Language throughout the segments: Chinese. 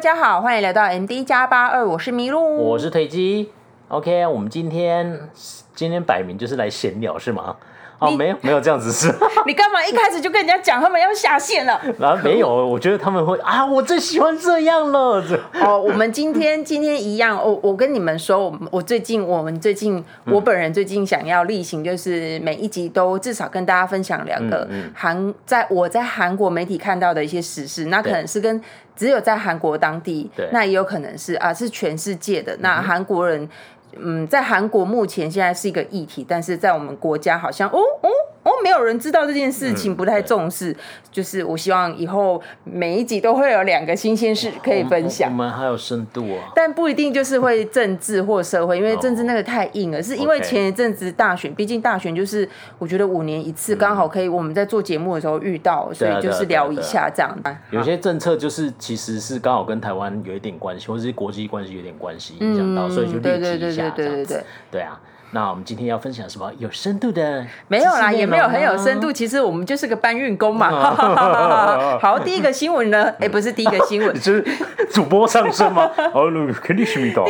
家好，欢迎来到 MD 加八二，我是麋鹿，我是推机。OK，我们今天今天摆明就是来闲聊是吗？哦，你没有没有这样子是， 你干嘛一开始就跟人家讲他们要下线了？然后没有，我觉得他们会啊，我最喜欢这样了。这哦，我们今天今天一样，我、我跟你们说，我们我最近我们最近嗯我本人最近想要例行，就是每一集都至少跟大家分享两个嗯嗯韩、在我在韩国媒体看到的一些时事，那可对能是跟只有在韩国当地对，那也有可能是啊是全世界的那韩国人。嗯，在韩国目前现在是一个议题，但是在我们国家好像哦哦哦，没有人知道这件事情，嗯不太对重视。就是我希望以后每一集都会有两个新鲜事可以分享我。们我们还有深度啊。但不一定就是会政治或社会，因为哦政治那个太硬了，是因为 OK 前一阵子大选，毕竟大选就是我觉得五年一次，刚好可以我们在做节目的时候遇到，所对啊以就是对啊聊一对啊下这样。啊有些政策就是其实是刚好跟台湾有一点关系，或者是国际关系有点关系影响到，所以就对立对即对对一下对嗯这对样对子。，对啊，那我们今天要分享什么有深度的？没有啦，也没有很有深度，。其实我们就是个搬运工嘛。好，第一个新闻呢？哎，不是第一个新闻， 就是主播上身吗？哦，肯定是你 懂。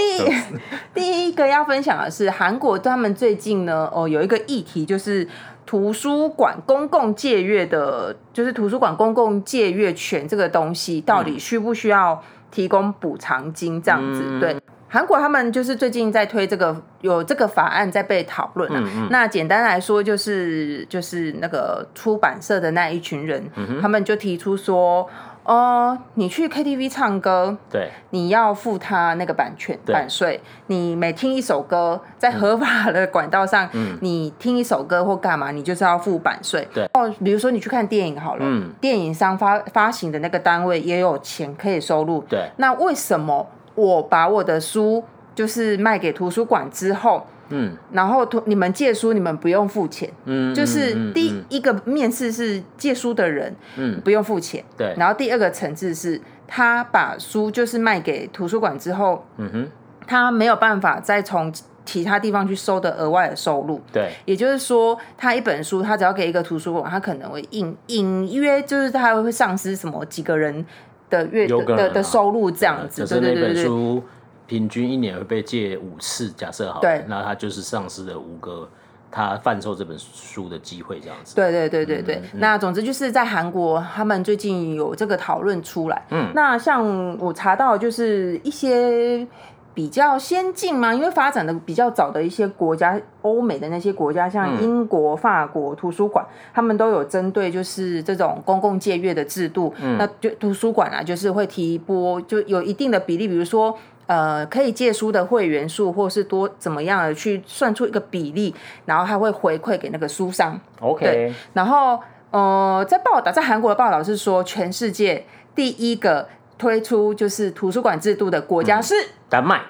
第一个要分享的是韩国，他们最近呢，哦，有一个议题就是图书馆公共借阅的，就是图书馆公共借阅权这个东西，到底需不需要提供补偿金这样子？嗯对。韩国他们就是最近在推这个有这个法案在被讨论啊。那简单来说，就是就是那个出版社的那一群人，他们就提出说，哦，你去 KTV 唱歌，对，你要付他那个版权对版税。你每听一首歌，在合法的管道上，你听一首歌或干嘛，你就是要付版税。嗯对哦，比如说你去看电影好了，嗯电影商发发行的那个单位也有钱可以收入。对那为什么我把我的书就是卖给图书馆之后，嗯然后图你们借书你们不用付钱？嗯，就是嗯第一个面试是借书的人，嗯不用付钱。对，然后第二个层次是，他把书就是卖给图书馆之后，嗯哼，他没有办法再从其他地方去收的额外的收入。对，也就是说，他一本书，他只要给一个图书馆，他可能会隐隐约就是他会丧失什么几个人的月有的可能啊的的收入这样子。只对对是那对本对对。书平均一年会被借五次，假设好了，对那他就是丧失了五个他贩售这本书的机会，这样子。对对对对对，那总之就是在韩国，他们最近有这个讨论出来。嗯，那像我查到，就是一些比较先进嘛，因为发展的比较早的一些国家，欧美的那些国家，像英国、法国图书馆，他们都有针对就是这种公共借阅的制度，那就图书馆啊，就是会提拨，就有一定的比例，比如说。呃，可以借书的会员数，或是多怎么样的去算出一个比例，然后他会回馈给那个书商。对 OK，然后呃，在报道，在韩国的报道是说，全世界第一个推出就是图书馆制度的国家是，丹麦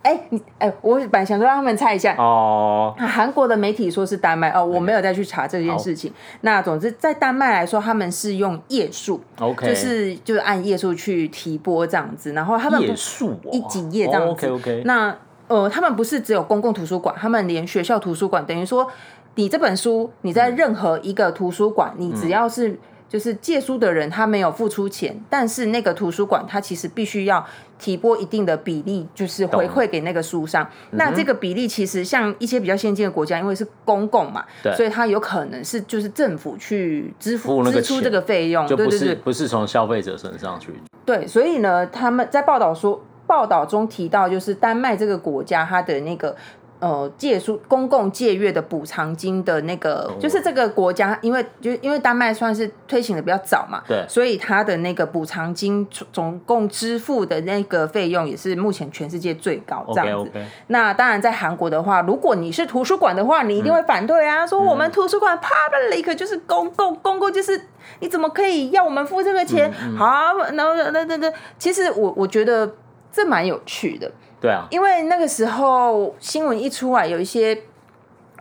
哎、你哎、我本来想说让他们猜一 下。哦，啊韩国的媒体说是丹麦哦，我没有再去查这件事情。那总之，在丹麦来说，他们是用页数 OK 就是就是按页数去提拨这样子，然后他们不页数哦一几页这样子。 OK OK，那呃，他们不是只有公共图书馆，他们连学校图书馆，等于说你这本书你在任何一个图书馆，你只要是。就是借书的人，他没有付出钱，但是那个图书馆他其实必须要提拨一定的比例，就是回馈给那个书嗯商。那这个比例其实像一些比较先进的国家，因为是公共嘛，对所以它有可能是就是政府去支付付那个支出钱这个费用，就对对不对是不是从消费者身上去，对，所以呢，他们在报道说，报道中提到，就是丹麦这个国家，它的那个呃借书公共借阅的补偿金的那个，就是这个国家，因为就因为丹麦算是推行的比较早嘛，对所以它的那个补偿金总总共支付的那个费用也是目前全世界最高这 OK 样子。 OK，那当然，在韩国的话，如果你是图书馆的话，你一定会反对啊，说我们图书馆 public 就是公共，公共就是你怎么可以要我们付这个钱？好啊，然后那那那，其实我我觉得这蛮有趣的，对啊，因为那个时候新闻一出来，有一些。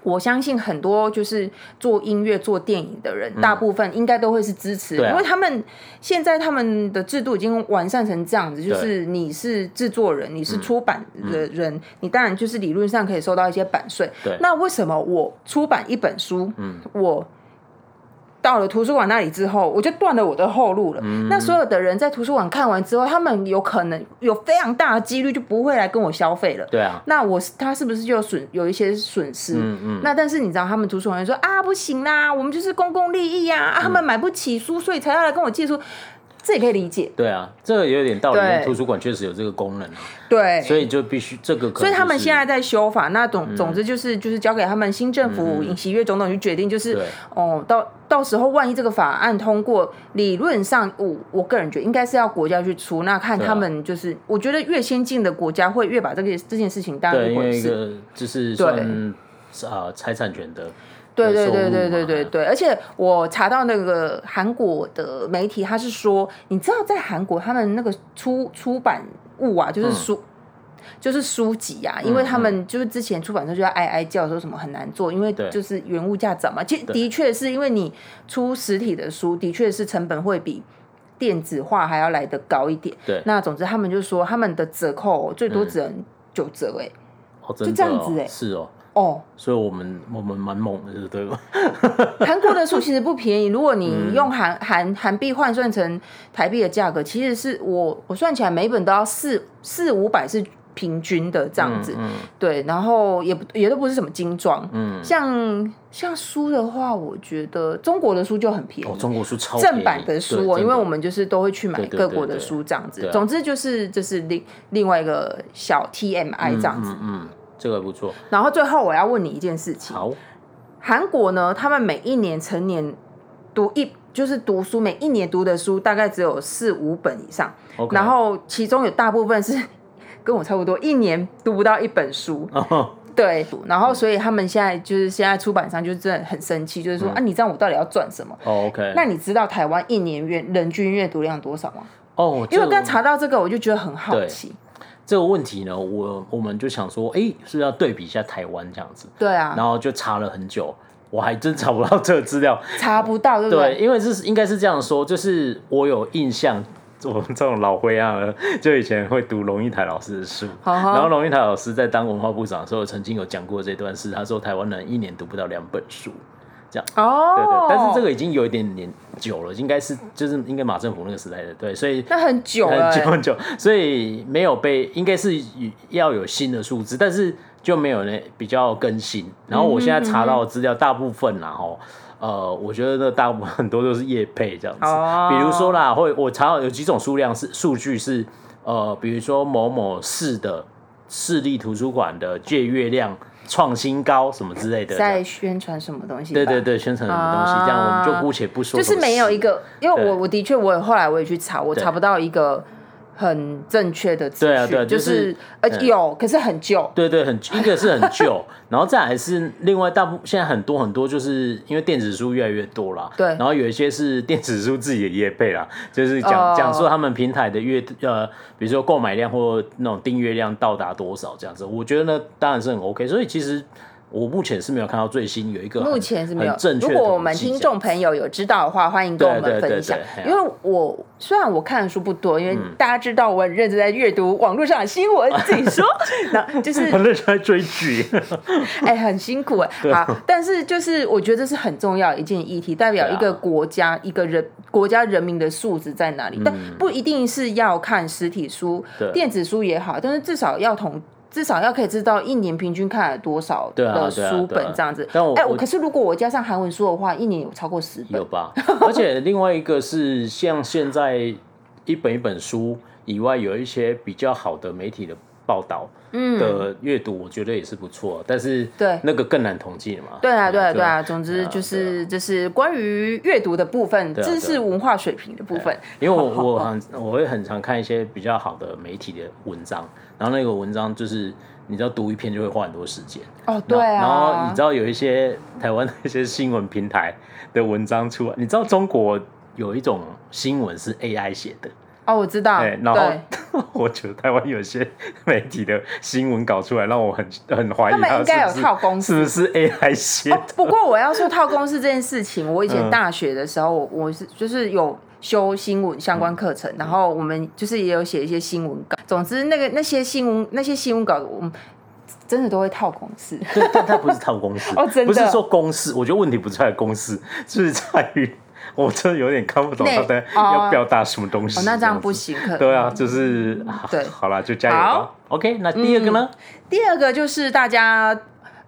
我相信很多就是做音乐、做电影的人，大部分应该都会是支持，嗯对啊因为他们现在他们的制度已经完善成这样子，就对嗯是你是制作人，你是出版的人，你当然就是理论上可以收到一些版税对。嗯那为什么我出版一本书，我到了图书馆那里之后，我就断了我的后路了。嗯那所有的人在图书馆看完之后，他们有可能有非常大的几率就不会来跟我消费了。对啊，那我是他是不是就有损有一些损失？嗯嗯那但是你知道，他们图书馆就说啊，不行啦，我们就是公共利益啊，嗯啊他们买不起书，所以才要来跟我借书，这也可以理解。对啊，这个也有点道理。因为对图书馆确实有这个功能啊，对，所以就必须这个可能就是。所以他们现在在修法，那总嗯总之就是就是交给他们新政府尹锡悦总统去决定，就是对哦，到到时候万一这个法案通过，理论上我我个人觉得应该是要国家去出，那看对啊他们就是，我觉得越先进的国家会越把这个这件事情当对，一因为回一事。个就是哎对算啊财产权的，对对收入对对嘛对对对，而且我查到那个韩国的媒体，他是说，你知道在韩国他们那个出出版物啊，嗯就是书。就是书籍啊，因为他们就是之前出版社就在哀哀叫说什么很难做，因为对就是原物价涨嘛。其实的确是因为你出实体的书，的确是成本会比电子化还要来得高一点。对嗯那总之他们就说他们的折扣哦最多只能九折哎、哦，真的这样哦子欸是哦，哦，所以我们我们蛮猛的，对吧？ 韩国的书其实不便宜，如果你嗯用韩韩韩币换算成台币的价格，其实是我我算起来每一本都要四四五百是平均的这样子，嗯对，然后也不也都不是什么精装，嗯，像像书的话，我觉得中国的书就很便宜。哦，中国书超正便版宜的对书哦，因真为的我们就是都会去买对对各国的对对书这样子。对啊总之就是这是另另外一个小 TMI 这样子。嗯嗯，嗯这个不错，然后最后我要问你一件事情，好，韩国呢，他们每一年成年读一就是读书，每一年读的书大概只有四五本以上 OK 然后其中有大部分是 跟我差不多，一年读不到一本书。 哦，对，然后所以他们现在就是现在出版商就真的很生气，就是嗯说、啊，你这样我到底要赚什么？哦，OK，那你知道台湾一年阅人均阅读量多少吗？哦，因为这我刚查到这个，我就觉得很好对奇。这个问题呢，我我们就想说，哎，是不是要对比一下台湾这样子，对啊然，后就查了很久，我还真查不到这个资料，查不到，对不对，因为这是应该是这样说，就是我有印象， 我们这种老灰啊，就以前会读龙应台老师的书，好好然后龙应台老师在当文化部长的时候，曾经有讲过这段事，他说台湾人一年读不到两本书，哦，对对，但是这个已经有一点点久了，应该是就是应该马政府那个时代的，对，所以。那很 久了、很久欸，很久，所以没有被，应该是要有新的数字，但是就没有人比较更新。然后我现在查到的资料，大部分啦吼，呃，我觉得那大部分很多都是业配这样子，哦比如说啦，会我查到有几种数量是数据是呃，比如说某某市的市立图书馆的借阅量创新高什么之类的这样，在宣传什么东西吧？对对对，宣传什么东西，这样我们就姑且不说就什么市，是没有一个，因为对我我的确我也后来我也去查，我对查不到一个很正确的资讯，对啊对啊就就是是呃嗯有，可是很旧，对对，很一个是很旧，然后再来是另外大部现在很多很多，就是因为电子书越来越多啦，对然后有一些是电子书自己的业配啦，就是讲、哦讲说他们平台的阅呃，比如说购买量或那种订阅量到达多少这样子，我觉得呢当然是很 OK，所以其实我目前是没有看到最新有一个很目前是没有啊很正。确如的果我们统计听这样众朋友有知道的话，欢迎跟我对对们对分享对。嘿啊嗯因为我虽然我看的书不多，因为大家知道我很认真在阅读网络上的新 闻，自己说，那就是很认真在追剧， 哎、很辛苦哎、好，但是就是我觉得这是很重要的一件议题，代表一对个啊国家、一个人国家人民的素质在哪里。但不一定是要看实体书嗯对、电子书也好，但是至少要同。至少要可以知道一年平均看了多少对啊的对啊书对啊本这样子。但我哎、我可是如果我加上韩文书的话，一年有超过十本有。吧？而且另外一个是像现在一本一本书以外，有一些比较好的媒体的报道的阅读，我觉得也是不错。但是嗯对那个更难统计了嘛？对啊，对啊，对对啊，总之就是、就是关于阅读的部分，啊对啊知识文化水平的部分。因为我 我很我会很常看一些比较好的媒体的文章，然后那个文章就是你知道读一篇就会花很多时间。哦，对啊。然后你知道有一些台湾的一些新闻平台的文章出来，你知道中国有一种新闻是 AI 写的，哦，我知道。哎对，然后我觉得台湾有些媒体的新闻搞出来，让我很很怀疑他们它应该有是不是套公是不是 AI 写的？哦不过我要说套公式这件事情，我以前大学的时候，我我是就是有修新闻相关课程，然后我们就是也有写一些新闻稿。总之，那个那些新闻那些新闻稿，我们真的都会套公式。，对，但它不是套公式哦真的不是说公式，我觉得问题不在于公式，是在于我真的有点看不懂内他在哦要表达什么东西。哦，那这样不子。行，可对啊，就是啊对好啦，就加油吧好。嗯 OK，那第二个呢？第二个就是大家，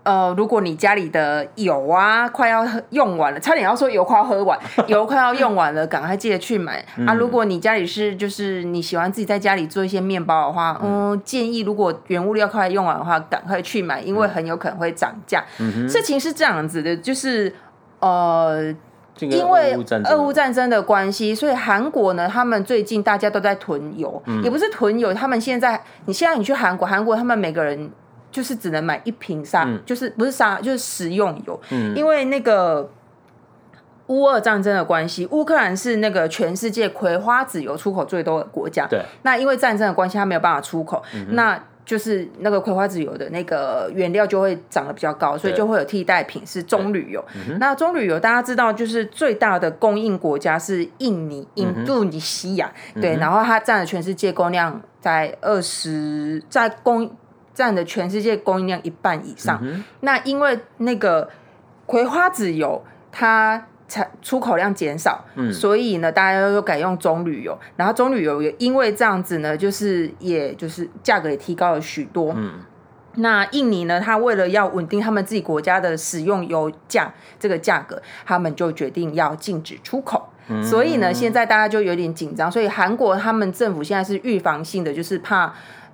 呃，如果你家里的油啊快要喝用完了，差点要说油快要喝完，油快要用完了，赶快记得去买、啊！如果你家里是就是你喜欢自己在家里做一些面包的话，嗯，建议如果原物料快用完的话，赶快去买，因为很有可能会涨价。事情是这样子的，就是呃，这个因为俄乌战俄争乌战争的关系，所以韩国呢，他们最近大家都在囤油，嗯也不是囤油，他们现在你现在你去韩国，韩国他们每个人就是只能买一瓶沙，嗯就是不是沙，就是食用油，因为那个。乌俄战争的关系，乌克兰是那个全世界葵花籽油出口最多的国家。对，那因为战争的关系，它没有办法出口，那就是那个葵花籽油的那个原料就会涨得比较高，所以对就会有替代品是棕榈油。那棕榈油大家知道，就是最大的供应国家是印尼、印度尼西亚，对，然后它占了全世界供应量在二十，在供占的全世界供应量一半以上。那因为那个葵花籽油它产出口量减少，嗯所以呢，大家又改用棕榈油，然后棕榈油也因为这样子呢，就是也就是价格也提高了许多。嗯那印尼呢，它为了要稳定他们自己国家的使用油价这个价格，他们就决定要禁止出口。嗯所以呢，现在大家就有点紧张，所以韩国他们政府现在是预防性的，就是怕。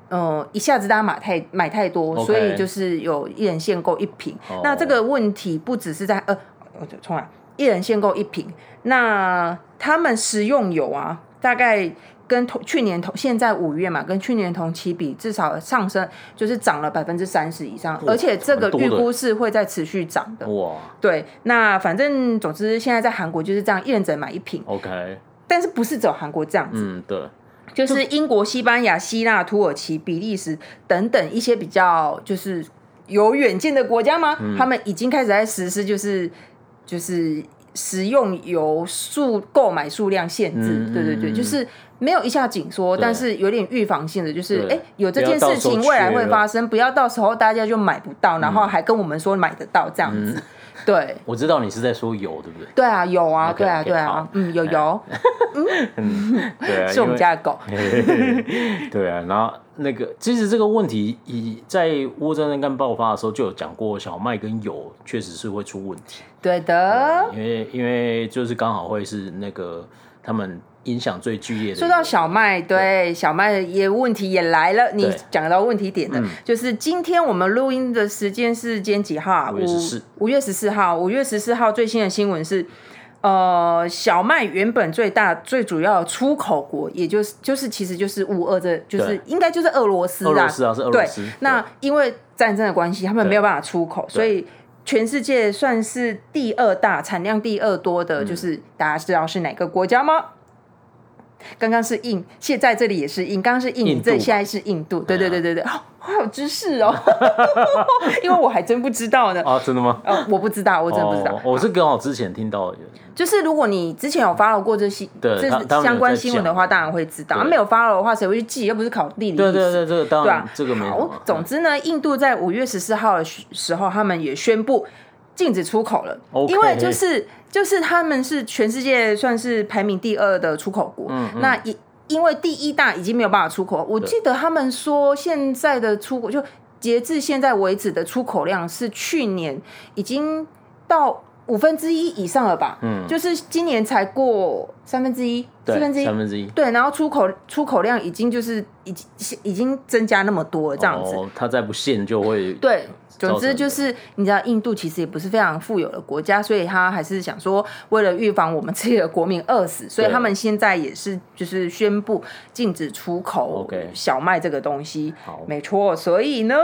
呃，一下子大家买太买太多 OK 所以就是有一人限购一瓶。哦那这个问题不只是在呃，我就重来，一人限购一瓶。那他们食用油啊，大概跟同去年同现在五月嘛，跟去年同期比，至少上升就是涨了百分之三十以上，而且这个蛮多的哦预估是会在持续涨的。哇对，那反正总之现在在韩国就是这样，一人只能买一瓶， ，OK，但是不是只有韩国这样子，嗯，对，就是英国、西班牙、希腊、土耳其、比利时等等一些比较就是有远见的国家吗？嗯他们已经开始在实施，就是就是食用油数购买数量限制。嗯对对嗯对，嗯就是没有一下紧缩，对但是有点预防性的，就是哎、对诶有这件事情不要到时候未来会缺了嗯发生，不要到时候大家就买不到，然后还跟我们说买得到这样子。对我知道你是在说油，对不对？对啊，有啊 OK，对啊 OK，对啊好，哎嗯，有有，对 啊，是我们因为家的狗。对啊，然后那个其实这个问题以在乌俄战争刚爆发的时候就有讲过，小麦跟油确实是会出问题，对的。因为因为就是刚好会是那个他们影响最剧烈的。说到小麦，对小麦也问题也来了，你讲到问题点嗯了，就是今天我们录音的时间是今天几号啊？ 5月14五月十四号，五月十四号最新的新闻是。呃，小麦原本最大最主要的出口国，也就是就是其实就是乌俄这，就是对应该就是俄罗斯啦。俄罗斯啊，是俄罗斯对。，那因为战争的关系，他们没有办法出口，所以全世界算是第二大产量第二多的，嗯就是、大家知道是哪个国家吗？刚刚是印，现在这里也是印，刚刚是印尼，印度啊这里现在是印度，对对对对对，哦好有知识 哦，因为我还真不知道呢对，啊，真的吗？呃，我不知道，我真的不知道，哦我是刚好之前听到有，就是如果你之前有 follow 过这些对这他他们有相关在新闻的讲话，当然会知道，啊对没有 follow 的话，谁会去记？又不是考地理历史对对对，这个当对然啊，嗯这个没什好么，。总之呢，印度在五月十四号的时时候，他们也宣布禁止出口了 OK 因为就是就是他们是全世界算是排名第二的出口国，嗯那也因为第一大已经没有办法出口，我记得他们说现在的出口就截至现在为止的出口量是去年已经到。五分之一以上了吧？嗯，就是今年才过三分之一、四对分之一，三分之一对，然后出口出口量已经就是已经已经增加那么多了，这样子。哦，它再不限就会对，造总之成就的是你知道，印度其实也不是非常富有的国家，所以他还是想说，为了预防我们自己的国民饿死，所以对他们现在也是就是宣布禁止出口 OK 小麦这个东西。好没错，所以呢，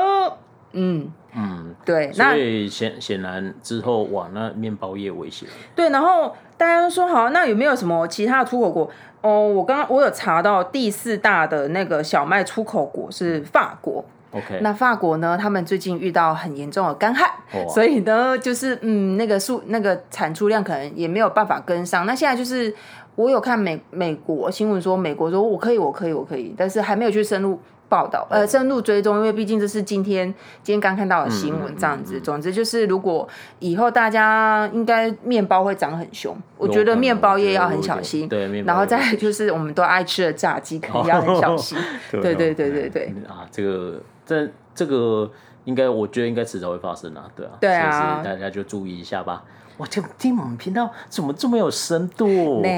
嗯嗯，对，那所以显显然之后哇，那面包业威胁，对，然后大家都说好，那有没有什么其他的出口国？哦，我刚刚我有查到第四大的那个小麦出口国是法国。 OK，那法国呢？他们最近遇到很严重的干旱，哦所以呢，就是嗯，那个数那个产出量可能也没有办法跟上。那现在就是我有看美美国新闻说，美国说我可以，我可以，我可以，但是还没有去深入报道，呃，深入追踪，因为毕竟这是今天今天刚看到的新闻这样子。总之就是，如果以后大家应该面包会涨很凶，我觉得面包业要很小心。对，面包然后再来就是我们都爱吃的炸鸡，肯定要很小心。 对对对对对，啊，这个这这个应该，我觉得应该迟早会发生啊，对啊，对啊所以是大家就注意一下吧。哇，这听我们频道怎么这么有深度？对，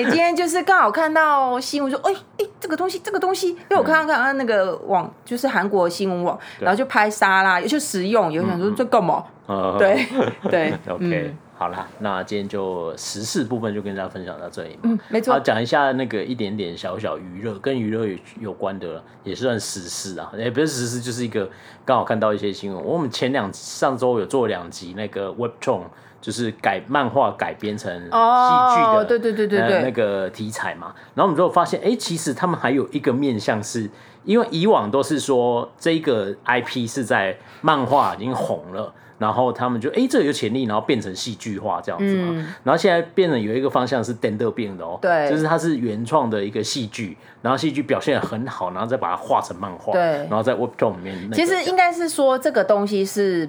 哎今天就是刚好看到新闻说，哎、哎、这个东西，这个东西，因为我看到看啊到那个网，就是韩国新闻网，然后就拍沙拉，就食用，有想说这干嘛？呃对对嗯 OK，、好啦，那今天就时事部分就跟大家分享到这里嘛。嗯，没好，错，讲一下那个一点点小小娱乐，跟娱乐有有关的，也算时事啊，也不是时事，就是一个刚好看到一些新闻。我们前两上周有做两集那个 Webtoon，就是改漫画改编成戏剧的，哦，对对对对呃对，那个题材嘛。然后我们就发现，哎，其实他们还有一个面向是，因为以往都是说这个 IP 是在漫画已经红了。然后他们就哎，这个有潜力，然后变成戏剧化这样子嘛。嗯然后现在变成有一个方向是邓德变的哦，对就是它是原创的一个戏剧，然后戏剧表现得很好，然后再把它画成漫画，对然后在 Webtoon 里面、那个其实应该是说这个东西是。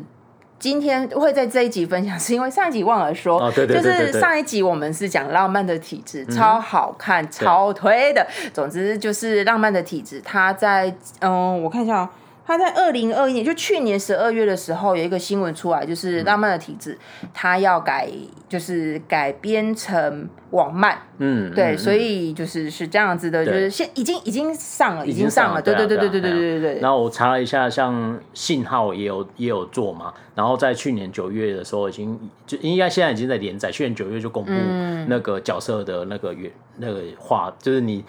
今天会在这一集分享， 是因为上一集忘了说，哦对对对对就对是上一集我们是讲浪漫的体质，超好看、超推的。总之就是浪漫的体质，它在嗯，我看一下、哦，它在二零二一年，就去年十二月的时候有一个新闻出来，嗯就是浪漫的体质，它要改，就是改编成网漫，嗯，对，嗯所以就是是这样子的，就对是现已经已经上了，已已经上上了对对对啊对对对啊对对对对对。然后我查了一下，像信号也有也有做嘛，然后在去年九月的时候已经就应该现在已经在连载，去年九月就公布嗯那个角色的那个原、那个画，就是你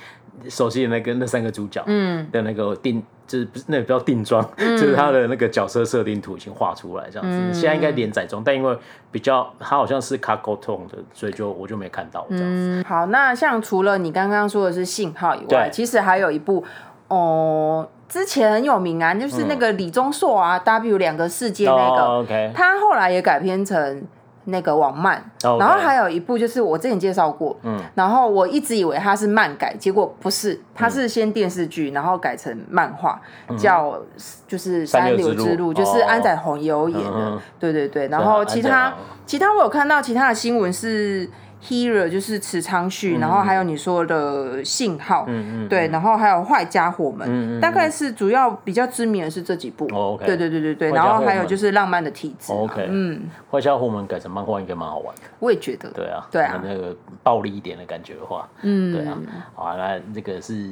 熟悉的那个那三个主角嗯的那个定，就是不是那个叫定妆，就是他的那个角色设定图已经画出来这样子，嗯现在应该连载中，但因为比较他好像是卡沟通的，所以就我就没看到这样子。嗯，好，那像除了你刚刚说的是信号以外，对其实还有一部哦、之前很有名啊，就是那个李钟硕啊、w 两个世界嗯那个，嗯哦 OK，他后来也改编成那个网漫。哦然后 OK 还有一部就是我之前介绍过，嗯，然后我一直以为它是漫改，结果不是，嗯它是先电视剧，然后改成漫画，叫就是《三三流流之路之路》，就是哦安宰弘也有演嗯的哼，对对对。然对后安啊其宰他弘其他我有看到其他的新闻是。Hero 就是池昌旭，然后还有你说的信号，嗯嗯嗯对，然后还有坏家伙们，嗯嗯嗯大概是主要比较知名的是这几部，哦，OK 对对对对对，坏然家伙后还有们就是浪漫的体质嘛、哦 OK 嗯，坏小伙们改成漫画应该蛮好玩的。我也觉得，对啊，对啊那个暴力一点的感觉的话，嗯，对啊，好啊，那这个是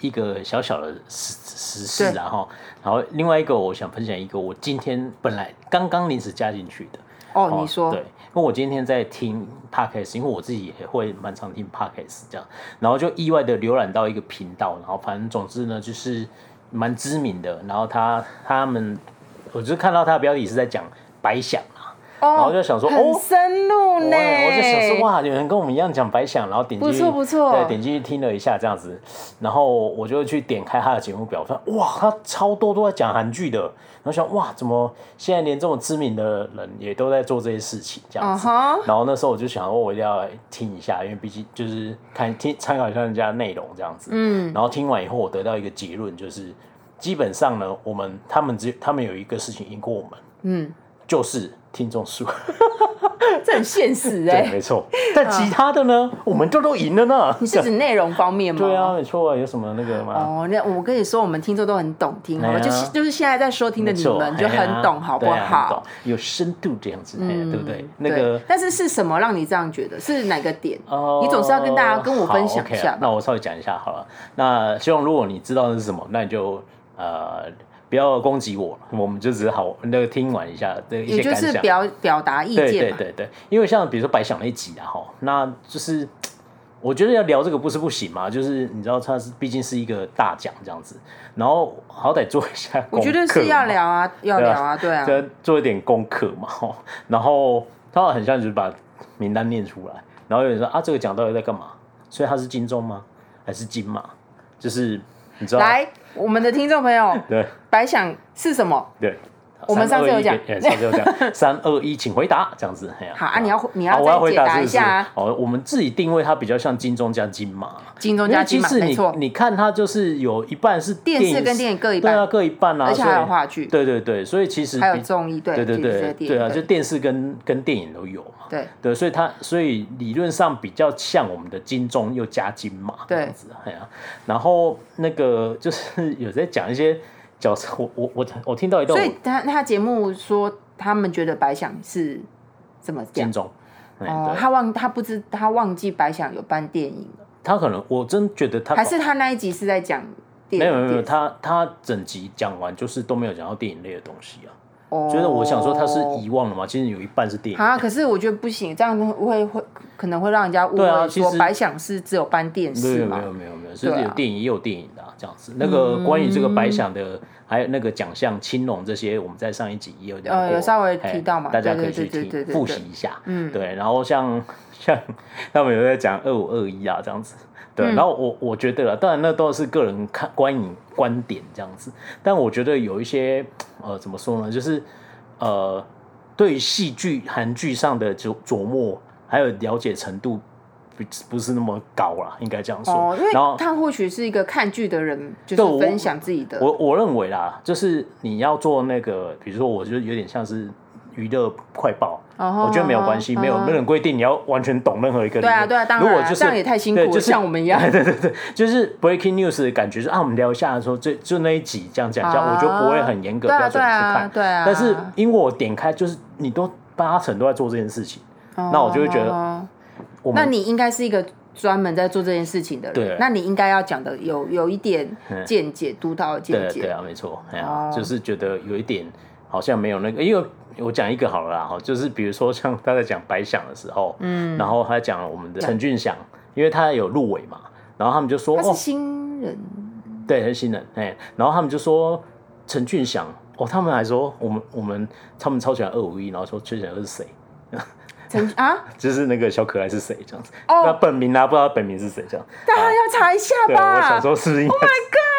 一个小小的时时事啊，然后，然后另外一个我想分享一个我今天本来刚刚临时加进去的，哦，你说，对，因为我今天在听 podcast，因为我自己也会蛮常听 podcast 这样，然后就意外的浏览到一个频道，然后反正总之呢就是蛮知名的，然后他他们，我就看到他的标题是在讲白想啊，哦，然后就想说很哦深入呢，我我就想说，哇，有人跟我们一样讲白想，然后点进去，不错不错对，点进去听了一下这样子，然后我就去点开他的节目表，发现哇，他超多都在讲韩剧的，然后想哇，怎么现在连这么知名的人也都在做这些事情这嗯样子。哼，然后那时候我就想说，我一定要来听一下，因为毕竟就是看听参考一下人家的内容这样子。嗯，然后听完以后，我得到一个结论，就是基本上呢，我们他们只他们有一个事情赢过我们，嗯，就是听众数。这很现实哎、对，没错。但其他的呢，我们就都赢了呢。你是指内容方面吗？对啊，。没错啊，有什么那个吗？哦，那我跟你说，我们听众都很懂听，好吧？哎呀就是就是现在在收听的没你错，们就哎呀很懂，好不对啊很好嗯懂？有深度这样子，哎对不对？那对个。但是是什么让你这样觉得？是哪个点？哦你总是要跟大家跟我分享一好下，OK 啊吧。那我稍微讲一下好了。那希望如果你知道的是什么，那你就呃不要攻击我，我们就只是好那个听完一下的一也些就感是想。表表达意对见对嘛。对对，因为像比如说白想那一集啊，哈，那就是我觉得要聊这个不是不行嘛，就是你知道它是毕竟是一个大奖这样子，然后好歹做一下我觉得功是课要嘛聊啊，要对啊聊啊，对啊。就做一点功课嘛，吼然后他很像就是把名单念出来，然后有人说啊，这个奖到底在干嘛？所以他是金钟吗？还是金马？就是你知道，来，我们的听众朋友，对白想是什么？对，我们上次有讲321哎上次有讲三二一，请回答这样子。嘿好啊，你要你好，要我要再回解答答是一不是下啊，哦，我们自己定位它比较像金钟加金马，金钟因加为金其马，实没你错，你看它就是有一半是电视影跟电影各一对啊，半，各一半啊，而且还有所话剧以，对对对，所以其实还有比综艺，对对对其实对电对啊，影就电视跟跟电影都有嘛。对对，所以它所以理论上比较像我们的金钟又加金马这对样子，哎呀、然后那个就是有在讲一些角色，我我我我听到一段所我以他他节目说他们觉得白想是怎么讲金？钟，哎、哦，对，他忘他不知他忘记白想有办电影，他可能我真觉得他还是他那一集是在讲电没影？有没有没有，他他整集讲完就是都没有讲到电影类的东西啊，哦觉得我想说他是遗忘了嘛，其实有一半是电影。啊，可是我觉得不行，这样会会可能会让人家误对啊会其说实白想是只有办电没视有没有嘛？没有没有，甚至对有啊嗯电影也有电影的、啊、这样子。那个关于这个白想的，还有那个奖项青龙这些，我们在上一集也有聊过，呃有稍微嘿提到嘛大家对可以对去对对听对对复习一下。嗯对，然后像像他们有在讲二五二一啊这样子，对，嗯然后我我觉得了，当然那都是个人看观影观点这样子，但我觉得有一些呃怎么说呢，就是呃对戏剧韩剧上的琢琢磨还有了解程度。不不是那么高啦，应该这样说。哦，因为然后他或许是一个看剧的人，就对我是分享自己的我我认为啦，就是你要做那个，比如说，我就有点像是娱乐快报，哦吼我觉得没有关系，哦吼没有哦吼没有人规定你要完全懂任何一个对理论。啊对啊，当如然果啊、就是这样也太辛苦了，对就是像我们一样。 对对对，就是 breaking news 的感觉，就是啊，我们聊一下说这就那一集这样讲讲，啊我就不会很严格对啊标准去对啊看。对啊，但是因为我点开，就是你都八成都在做这件事情，那我就会觉得哦我那们你应该是一个专门在做这件事情的人，对那你应该要讲的有有一点嗯见解，督导的对见啊对解。啊，没错，哎呀、哦就是觉得有一点好像没有那个，因为我讲一个好了啦，哈，哦就是比如说像他在讲白想的时候，嗯，然后他讲了我们的陈俊祥，因为他有入围嘛，然后他们就说他是哦，新人，对，很新人，哎，然后他们就说陈俊祥，哦，他们还说我们我们他们超喜欢二五一，然后说陈俊祥是谁，陈啊，就是那个小可爱是谁这样子，哦那本名啊不知道本名是谁这样，大家要查一下啊对，啊我吧想。说是不是应该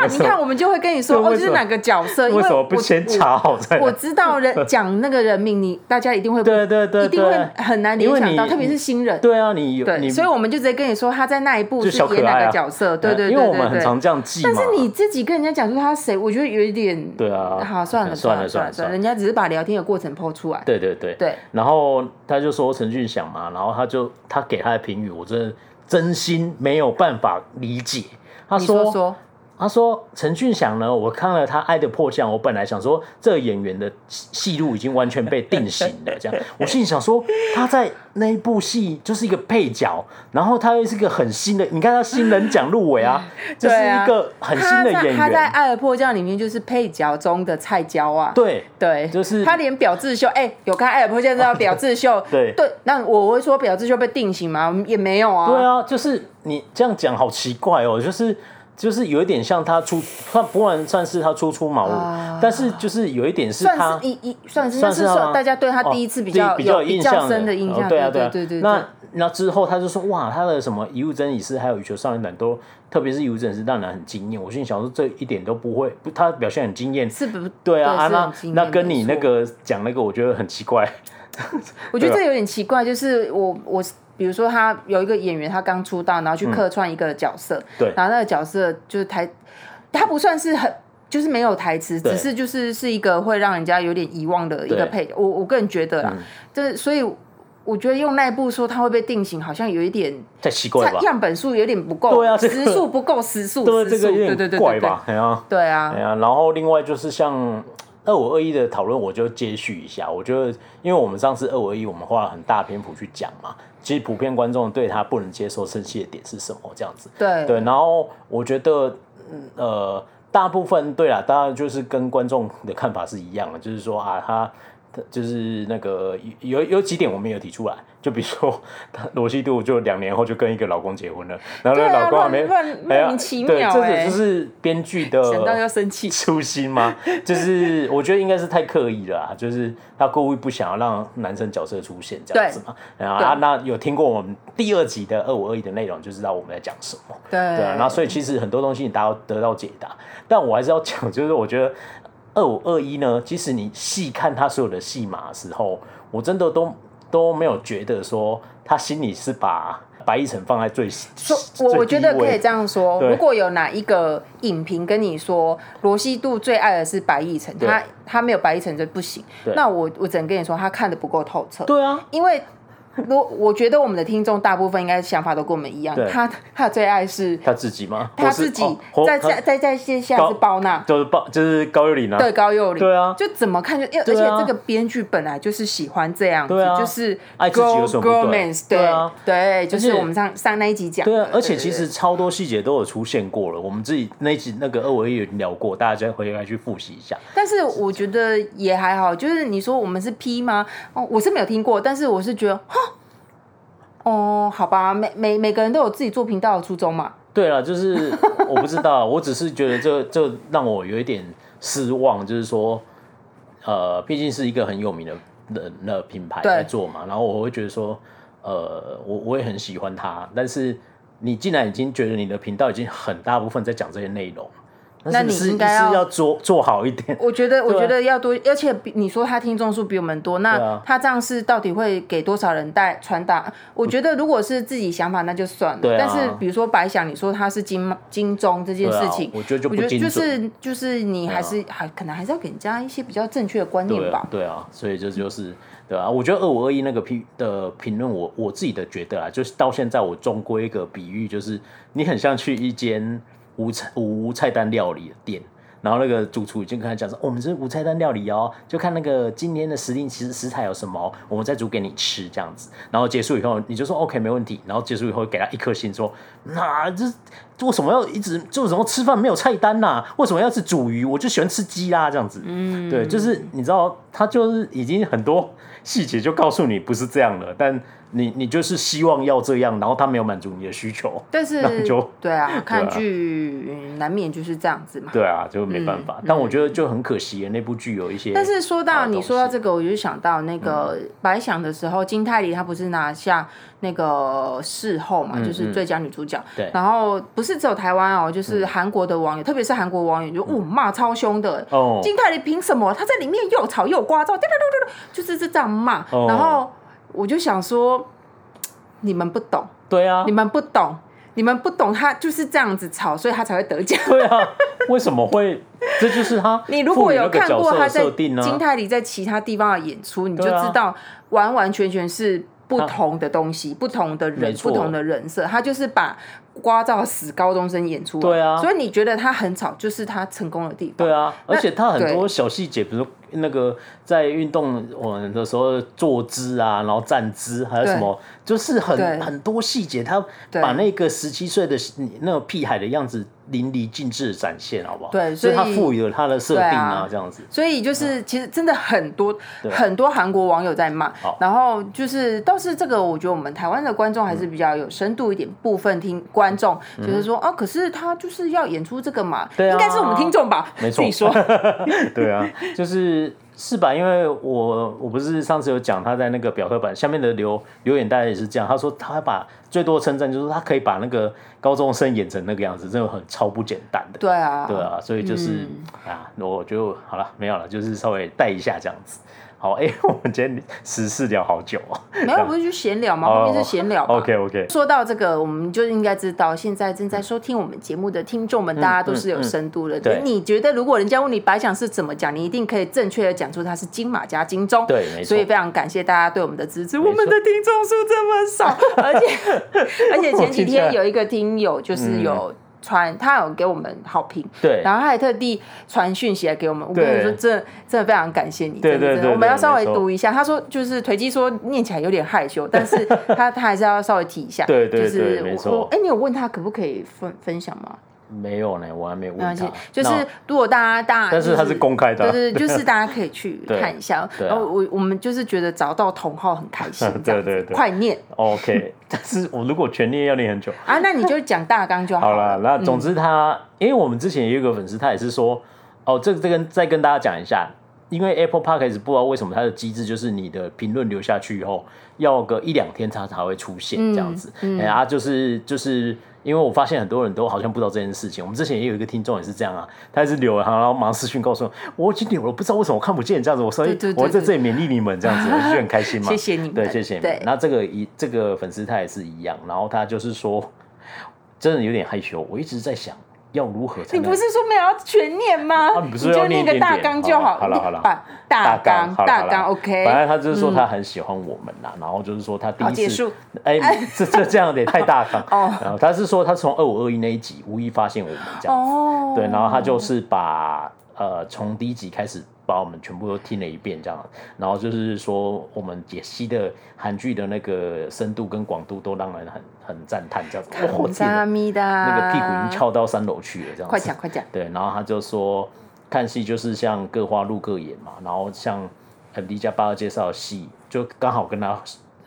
那 Oh 你看，我们就会跟你说，对哦，为就什么是哪个角色？因为什么我不先查好再 我？我来？知道人讲那个人名，你大家一定会对对对对，一定会很难因联为想到，你特别是新人。对啊，你有对，你所以我们就直接跟你说他在那一部就是小可演爱哪啊个角色。对对对对因为我们很对常这样记嘛。但是你自己跟人家讲说他是谁，我觉得有一点对啊好，算了算了了算了算了人家只是把聊天的过程剖出来。对对对，对，然后他就说陈俊祥嘛，然后他就他给他的评语，我真的真心没有办法理解。他你说说，他说陈俊祥呢，我看了他《爱的迫降》，我本来想说这个演员的戏路已经完全被定型了，这样，我心里想说他在那一部戏就是一个配角，然后他又是一个很新的，你看他新人奖入围 啊，这是对啊一个很新他的在演员，他在《爱的迫降》里面就是配角中的菜椒啊。对对，就是，他连表智秀，哎、有看《爱的迫降》知道表智秀 对对，那我会说表智秀被定型吗？也没有啊。对啊，就是你这样讲好奇怪哦，就是就是有一点像他初，他不然算是他初出茅庐，啊但是就是有一点是算他是一一算是，算那是是他说吗大家对他哦第一次比第较比较有有印比较象深的印象，哦对啊对啊对对。那那之后他就说哇，他的什么遗物整理师还有羽球少年团都，特别是遗物整理师让人很惊艳。我心里想说这一点都不会，不他表现很惊艳对。是不？对啊，啊是很那惊那艳跟没你那错个讲那个，我觉得很奇怪。我啊觉得这有点奇怪，就是我我比如说他有一个演员，他刚出道，然后去客串一个角色，嗯对然后那个角色就是台，他不算是很。就是没有台词，对只是就是是一个会让人家有点遗忘的一个对嗯配角。我我个人觉得啦，就是所以我觉得用那一部说他会被定型，好像有一点太奇怪吧？样本数有点不够，对啊这个时速不够，时速对，啊时这速，个对有对对点对怪对，吧？哎呀，对啊哎，呀，然后另外就是像二五二一的讨论，我就接续一下。我觉得，因为我们上次二五二一，我们花了很大篇幅去讲嘛，其实普遍观众对他不能接受生气的点是什么这样子。对对，然后我觉得，嗯呃，大部分对啦，当然就是跟观众的看法是一样的，就是说啊，他。他就是那个有有几点我们也有提出来，就比如说 他罗西度就两年后就跟一个老公结婚了，然后那个对啊老公还没乱乱哎呀莫名其对妙这个欸就是编剧的想到要生气 初心吗？就是我觉得应该是太刻意了啊，就是他故意不想要让男生角色出现这样子嘛。然后啊，对那有听过我们第二集的二五二一的内容，就知道我们在讲什么。啊对对啊，然后所以其实很多东西你达到得到解答，但我还是要讲，就是我觉得二五二一呢，即使你细看它所有的戏码的时候，我真的都都没有觉得说他心里是把白一晨放在最说说，我我觉得可以这样说，对如果有哪一个影评跟你说罗西度最爱的是白亦晨，对他他没有白亦晨就不行对，那我我只能跟你说他看的不够透彻，对啊，因为。我我觉得我们的听众大部分应该想法都跟我们一样对，他他的最爱是他自己吗？他或是自己哦或在他在在在线下高是包娜，就是报就是高玉林啊，对高幼霖，对啊就怎么看就，因为而对且啊这个编剧本来就是喜欢这样子，对啊就是爱自己 girl 有什么不 girl 对 mans，对对啊对，就而是且我们上上那一集讲的，对啊，而且对其实超多细节都有出现过了。我们自己那一集那个二维也聊过，大家再回来去复习一下。但是我觉得也还好，就是你说我们是 P 吗？哦，我是没有听过，但是我是觉得，哈，哦，好吧，每每每个人都有自己做频道的初衷嘛，对了，就是我不知道，我只是觉得这这让我有一点失望，就是说，呃，毕竟是一个很有名的的的品牌对在做嘛，然后我会觉得说，呃，我我也很喜欢它，但是你既然已经觉得你的频道已经很大部分在讲这些内容，那是不你是应该是要要做做好一点。我觉得，我对啊觉得要多，而且比你说他听众数比我们多，对那啊他这样是到底会给多少人带传达？我觉得如果是自己想法那就算了，对啊但是比如说白想，你说他是金金钟这件对啊事情，我觉得就不我觉得精就准是就是你还是还、可能还是要给人家一些比较正确的观对念啊吧，。对啊，所以这就是对啊。我觉得二五二一那个评的评论我，我自己的觉得啊，就是到现在我中规一个比喻，就是你很像去一间无菜无菜单料理的店。然后那个主厨已经跟他讲说、哦我们这是无菜单料理哦，就看那个今天的时令食食材有什么，我们再煮给你吃这样子。然后结束以后，你就说 OK 没问题。然后结束以后给他一颗星说，那、这这为什么要一直就为什么吃饭没有菜单呐、为什么要吃煮鱼？我就喜欢吃鸡啦、这样子。嗯，对，就是你知道，他就是已经很多细节就告诉你不是这样的，但你你就是希望要这样，然后他没有满足你的需求。 但是那你就对啊，看 对啊剧、嗯难免就是这样子嘛。对啊，就没办法。但我觉得就很可惜，那部剧有一些，嗯但是说好到的你东说到西嗯这个，我就想到那个白想的时候，金泰梨她不是拿下那个视后嘛，就是最佳女主角。嗯对嗯然后不是只有台湾哦，就是韩国的网友，特别是韩国网友就哦骂超凶的。哦金泰梨凭什么？她在里面又吵又聒噪，哒哒哒哒哒，就是这样骂。哦然后我就想说，你们不懂，对啊你，们不懂，你们不懂，她就是这样子吵，所以她才会得奖。对啊，为什么会？这就是他 你如果有看过他在设定啊呢、金泰梨在其他地方的演出，你就对啊知道完完全全是不同的东西、不同的没人、错不同的人设。他就是把刮到死高中生演出来，对啊所以你觉得他很吵，就是他成功的地方。对啊，那而且他很多对小细节，比如说那个在运动我们的时候坐姿啊，然后站姿，还有对什么，就是很对很多细节，他对把那个十七岁的那个屁孩的样子淋漓尽致的展现，好不好？对所以所他以赋予了他的设定对啊啊，这 样子。所以就是，其实真的很多嗯对很多韩国网友在骂好，然后就是倒是这个，我觉得我们台湾的观众还是比较有深度一点。部分听观众就是说啊，可是他就是要演出这个嘛，嗯对啊应该是我们听众吧？没错自己 说对啊，就是是吧？因为我我不是上次有讲他在那个表特版下面的留留言，大家也是这样，他说他把最多的称赞就是他可以把那个高中生演成那个样子，真的很超不简单的。对啊，对啊，所以就是、嗯啊，我就好了，没有了，就是稍微带一下这样子。好，哎、 我们今天时事聊好久哦。 没有，不是就闲聊吗？哦后面是闲聊吧。 OK OK，说到这个，我们就应该知道，现在正在收听我们节目的听众们，大家都是有深度的。嗯对你觉得如果人家问你白奖是怎么讲，你一定可以正确的讲出它是金马加金钟。对没错所以非常感谢大家对我们的支持。错我们的听众数这么 少，而且而且前几我听起来嗯天有一个听友就是有传，他有给我们好评，对然后他还特地传讯息来给我们。我跟对你说，真的真的非常感谢你。对对真的真对的我们要稍微对没错读一下。他说就是腿肌说念起来有点害 羞，但是他他还是要稍微提一下。对对对没就是错我我哎，你有问他可不可以分分享吗？没有呢，我还没没问关系他。，就是那如果大家大家，但是他是公开的啊对对， 就是大家可以去对看一下。对啊，然后我我们就是觉得找到同号很开心这样子 对对对快念哦 OK，但 是我如果全念要念很久，啊，那你就讲大纲就好了。啦，那总之他，因为我们之前也有一个粉丝，他也是说，哦，这这跟再跟大家讲一下，因为 Apple Podcast 不知道为什么它的机制就是你的评论嗯啊留下去以后，要个一两天它才会出现这样子，哎、呀、就是就是因为我发现很多人都好像不知道这件事情。我们之前也有一个听众也是这样啊，他也是留了，然后马上私讯告诉我，我已经留了，不知道为什么我看不见这样子。我说，对对对我在这里勉励你们这样子，我就觉得很开心嘛。谢谢你们对，谢谢你们对。那这个一这个粉丝他也是一样，然后他就是说，真的有点害羞，我一直在想要如何才你能不是说没有要全念吗？啊你不是就要那念一个点大点纲就好好了你好了把大纲好啦好大啦纲 OK。反正他就是说他很喜欢我们啦，然后就是说他第好一结次束，哎、这这这样的也太大方 哦然后他是说他从二五二一那一集无意发现我们这样子，哦，对，然后他就是把呃从第一集开始把我们全部都听了一遍这样，然后就是说我们解析的韩剧的那个深度跟广度都让人很很赞叹这样子，哇，我天萨哪，米的那个屁股已经翘到三楼去了这啊样子，快讲快讲，对，然后他就说，看戏就是像各花入各眼嘛，然后像 M D 加八二介绍的戏，就刚好跟他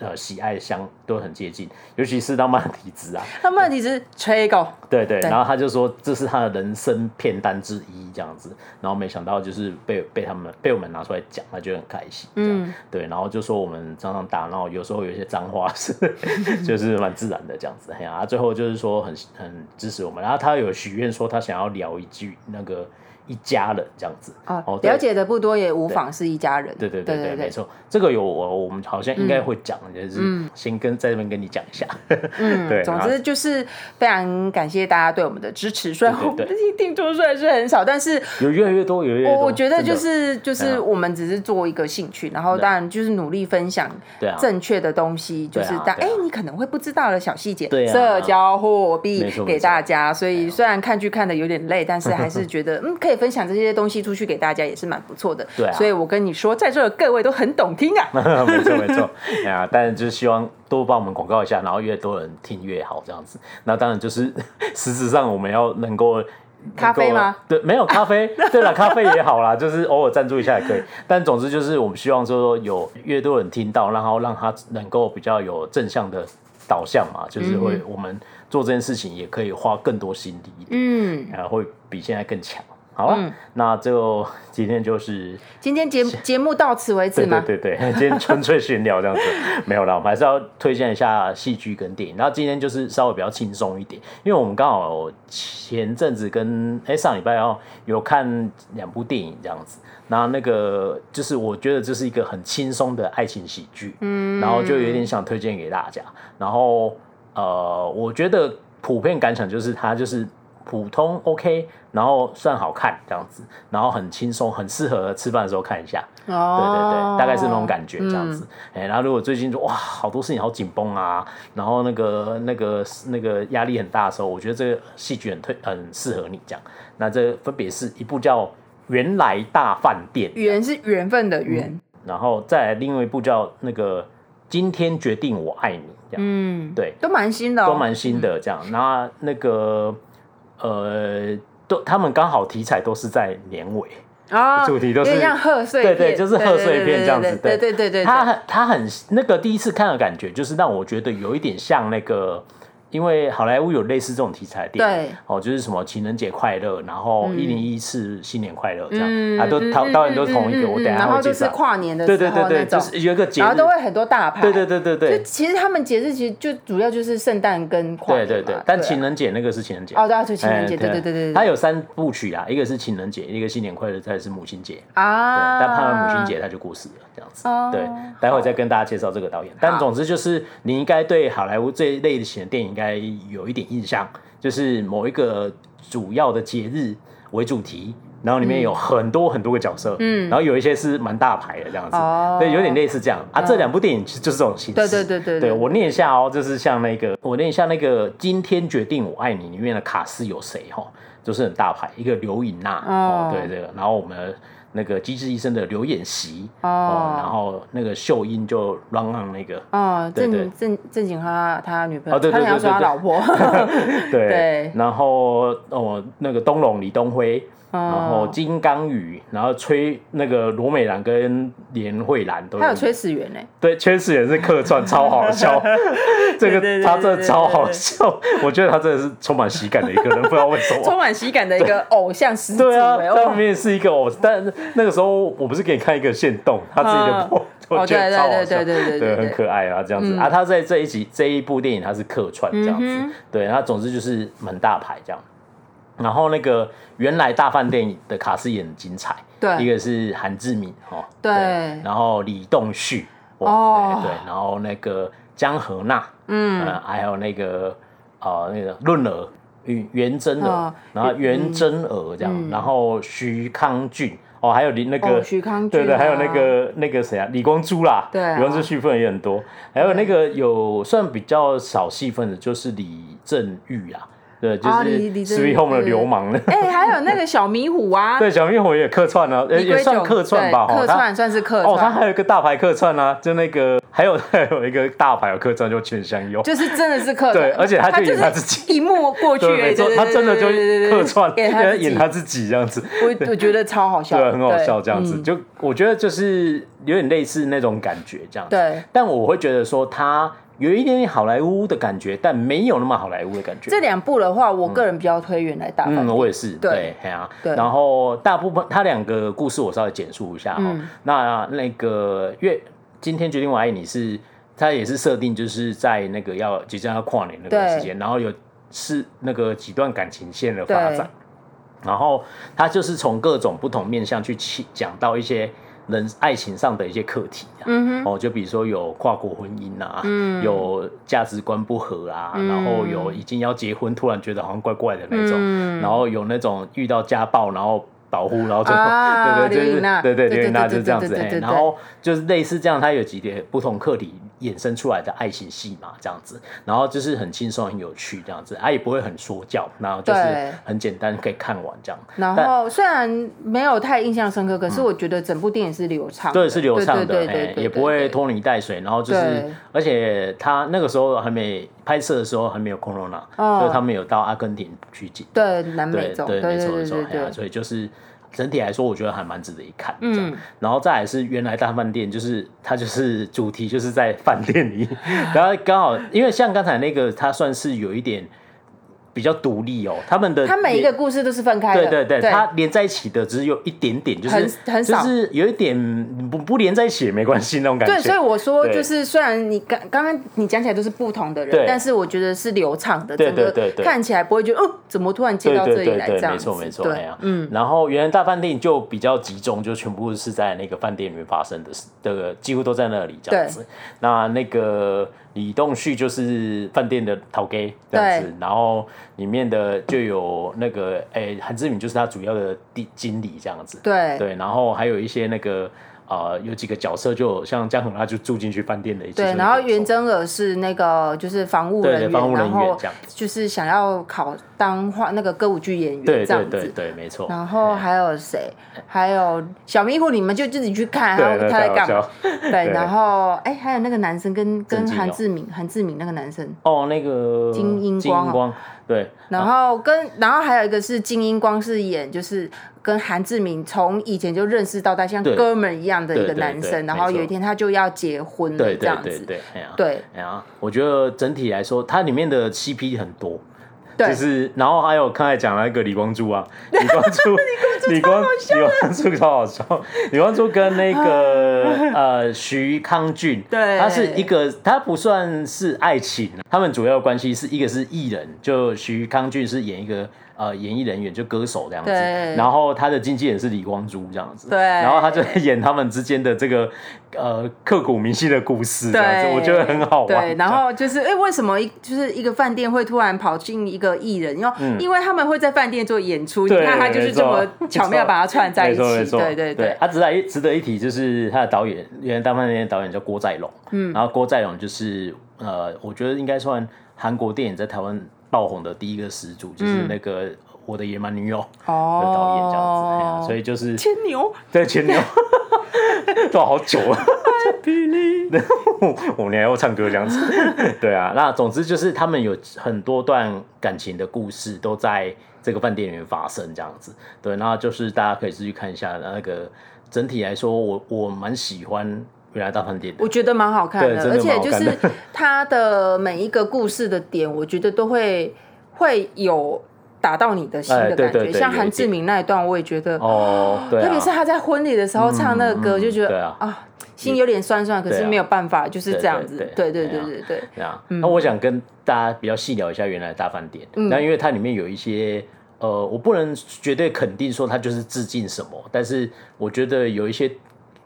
呃喜爱相都很接近，尤其是当曼提兹啊，他们题是吹狗，对对，对然后他就说这是他的人生片单之一这样子，然后没想到就是被被他们被我们拿出来讲，他觉得很开心，嗯，对，然后就说我们常常打闹，有时候有一些脏话是 就是蛮自然的这样子，哎呀、啊，最后就是说很很支持我们，然后他有许愿说他想要聊一句那个一家人这样子，哦，对了解的不多也无妨，是一家人。对对对对对，没对，嗯错，这个有我我们好像应该会讲，就是先跟在这边跟你讲一下， 对，嗯总然后之就是非常感谢大家对我们的支持，虽然对对我们的对听众虽然是很少，但是有越来越多，有越来越我多，我觉得真的就是就对是啊我们只是做一个兴趣，然后当然就是努力分享对啊正确的东西，就对啊是大对哎啊你可能会不知道的小细节，对啊社交货币没错给没错大家。所以虽然看剧看的有点累，但是还是觉得嗯可以分享这些东西出去给大家也是蛮不错的。对啊所以我跟你说，在这各位都很懂听啊。 没错没错，哎呀，但就是希望多帮我们广告一下，然后越多人听越好这样子。那当然就是 实质上我们要能够。咖啡能够吗？对，没有咖啡。 对了，咖啡也好啦，就是偶尔赞助一下也可以。但总之就是，我们希望说有越多人听到，然后让他能够比较有正向的导向嘛，就是会我们做这件事情也可以花更多心力一点，嗯嗯，然后会比现在更强。好了，那就今天就是今天节节目到此为止对吗？对对对， 今天纯粹闲聊这样子，没有啦，我们还是要推荐一下戏剧跟电影。然后今天就是稍微比较轻松一点，因为我们刚好前阵子跟哎、上礼拜哦有看两部电影这样子，然后那个就是我觉得这是一个很轻松的爱情喜剧，嗯，然后就有点想推荐给大家。然后呃，我觉得普遍感想就是它就是普通 OK，然后算好看这样子，然后很轻松，很适合吃饭的时候看一下。对对哦对，大概是那种感觉这样子。哎、然后如果最近就哇，好多事情好紧绷啊，然后那个那个那个压力很大的时候，我觉得这个戏剧很推很适合你这样。那这分别是一部叫《原来大饭店》，缘是缘分的缘，然后再来另外一部叫那个《今天决定我爱你》这样。嗯，对，都蛮新的哦，都蛮新的这样。那那个呃，都他们刚好题材都是在年尾。啊，主题都是有点像贺岁对片，对，就是贺岁片这样子。对对对对，他很他很那个第一次看的感觉，就是让我觉得有一点像那个，因为好莱坞有类似这种题材的电影对，哦，就是什么情人节快乐，然后一零一次新年快乐这样，嗯啊，都导导演都是同一个，我等一然下后会就介是绍。跨年的对时对候对那对，就种，是有一个节日然后，都会很多大牌，对对对对对就。其实他们节日其实就主要就是圣诞跟跨对年对对嘛，但啊情人节那个是情人节哦对啊，就情人节，哎对对对对它对有三部曲啊，一个是情人节，一个新年快乐，再是母亲节。对啊，但判完母亲节他就过世了，这样子。哦对，待会再跟大家介绍这个导演。但好总之就是，你应该对好莱坞这一类型的电影应该有一点印象，就是某一个主要的节日为主题。然后里面有很多很多个角色，嗯，然后有一些是蛮大牌的这样子，哦对，有点类似这样啊。这两部电影就就是这种形式，对对对对对对我念一下哦，就是像那个，我念一下那个《今天决定我爱你》里面的卡斯有谁哈、哦，就是很大牌，一个刘颖娜哦哦对对，然后我们那个《机智医生》的刘演习哦然后那个秀英就 run on 那个，哦，对对正正正经他他女朋哦友，对对他对想要说他对对老婆， 对，对然后哦那个东龙李东辉，哦然后金刚雨，然后崔那个罗美兰跟连慧兰都他有崔始源呢，对，圈死人是客串，超好笑。 这对对个对他真对的对超好对笑，我觉得他真的是充满喜感的一个人，不知道为什充么。满喜感的一个偶像始祖，对啊，哎他哦 明明是一个偶，但那个时候我不是给你看一个线动，他自己的嗯破， 我哦，觉对得超好对对对。笑对对对，很对，可爱啊，这样子、啊。他在这一集这一部电影他是客串这样子，嗯对，他总之就是蛮大牌这样。然后那个原来大饭店的卡斯也很精彩，对一个是韩志敏哦，对然后李栋旭哇哦对，对然后那个江河娜，嗯，嗯，还有那个呃那个润儿。袁袁真儿，哦嗯然后袁真儿这样，然后徐康俊哦，还有李那个、哦，徐康俊对啊，对，还有那个那个谁啊，李光洙啦，对啊李光洙戏份也很多，还有那个有算比较少戏份的，就是李正玉啊，对，就啊李是李 s 正 w e 玉 e Home 的对流氓了。哎，还有那个小迷糊啊， 对，小蜜红也客串啊，也李也圭算炯客串对吧，哦客他串算是客哦，他串，还有一个大牌客串啊，就那个 还有还有一个大牌有客串，就全香优，就是真的是客串，对而且他他就演他是自己一幕过去， 对，没错，对他真的就对对对对对客串，给他自己演他自己这样子，我我觉得超好笑的，对，很好笑这样子。嗯就我觉得就是有点类似那种感觉这样子。对，但我会觉得说它有一点点好莱坞的感觉，但没有那么好莱坞的感觉这。两部的话，我个人比较推原来大饭嗯，店，我也是，对对，嘿啊。对然后大部分它两个故事我稍微简述一下哦嗯。那那个月今天决定我爱你是，它也是设定就是在那个要即将要跨年那段时间，然后有是那个几段感情线的发展对。然后他就是从各种不同面向去起讲到一些人爱情上的一些课题、啊，嗯哦，就比如说有跨国婚姻啊，有价值观不合啊，嗯然后有已经要结婚，突然觉得好像怪怪的那种，嗯然后有那种遇到家暴，然后。保护，然后最后、啊 对对，刘就颖是娜对对，对刘颖对娜对就是这样子，对对对嘿对对然后就是类似这样，它有几点不同课题衍生出来的爱情戏嘛，这样子，然后就是很轻松、很有趣这样子，啊也不会很说教，然后就是对很简单可以看完这样。然但嗯后虽然没有太印象深刻，可是我觉得整部电影是流畅的，对，是流畅的，对对对哎对，对也不会拖泥带水。然后就是对，而且他那个时候还没拍摄的时候还没有 corona，、哦所以他们有到阿根廷取景。对南对美洲，对，对没对错没对错对，哎呀对，所以就是整体来说，我觉得还蛮值得一看。这样嗯，然后再来是原来大饭店，就是它就是 主题就是在饭店里， 然后刚好因为像刚才那个，它算是有一点比较独立哦，他们的它每一个故事都是分开的，对对对，对，它连在一起的只有一点点，就是很很少就是有一点不不连在一起也没关系那种感觉。对，所以我说对就是，虽然你刚刚刚你讲起来都是不同的对人，但是我觉得是流畅的，对整个对对对看起来不会觉得，哦，怎么突然接对到这对里对来对这，样没子？错没错，哎对呀，，嗯。然后原来大饭店就比较集中，就全部是在那个饭店里面发生的事，这个几乎都在那里这样子。那那个李栋旭就是饭店的陶 gay 这样子对，然后里面的就有那个哎韩志敏就是他主要的地经理这样子。对对，然后还有一些那个呃，有几个角色就有像江恒，他就住进去饭店的一起对，就然后是袁真儿是那个就是防务对对人员，防务人然员后这样就是想要考当话那个歌舞剧演员对这对样对哎子。对，没错。然后还有谁？还有小迷糊，你们就自己去看，对还对有他在太好干笑嘛了？对，然后哎，还有那个男生跟郑跟敬韩哦志敏，韩志敏那个男生，哦，那个金英金光英哦光，对，然后跟然后还有一个是金英光是演就是跟韩志敏从以前就认识到他像对哥们一样的一对个对男对生，然没后有错一天他就要结婚了对这对样对子，对，哎呀，对哎呀，我觉得整体来说，它里面的 CP 很多。对就是，然后还有刚才讲那个李光 洙啊，李光洙，李光李光洙超好笑， 李光洙跟 那个呃徐康俊，对他是一个，他不算是爱情，他们主要的关系是一个是艺人，就徐康俊是演一个呃演艺人员，就歌手这样子，对然后他的经纪人是李光洙这样子，对然后他就演他们之间的这个呃刻骨铭心的故事，这样子，对我觉得很好玩，对，然这样后就是，哎、为什么一就是一个饭店会突然跑进一个艺人？因为、因为他们会在饭店做演出，你嗯对看他就是这么没错巧妙把它串在一没错没起。错，对对对，他值得值得一提就是他的导演，原来大饭店的导演叫郭在龙，嗯，然后郭在龙就是呃，我觉得应该算韩国电影在台湾爆红的第一个始祖，嗯就是那个《我的野蛮女友》的导演这样哦子哎呀，所以就是牵牛，在前面都好久了。 我我们还要唱歌这样子，对啊。那总之就是他们有很多段感情的故事都在这个饭店里面发生这样子，对。那就是大家可以自己看一下那个整体来说，我我蛮喜欢原来大饭店的我，觉得蛮好看对的，真的而且蛮好就看的是它的每一个故事的点，我觉得都会会有打到你的心的哎感对觉。对对像有一韩志点明那一段，我也觉得，哦，对、啊，特别是他在婚礼的时候唱那个歌，就觉对得啊心有点酸酸，可对是啊没有办法，就是对这样对子对。对对对对啊对对。对啊，那我想跟大家比较细聊一下原来的大饭店，嗯那、因为它里面有一些呃，我不能绝对肯定说它就是致敬什么，但是我觉得有一些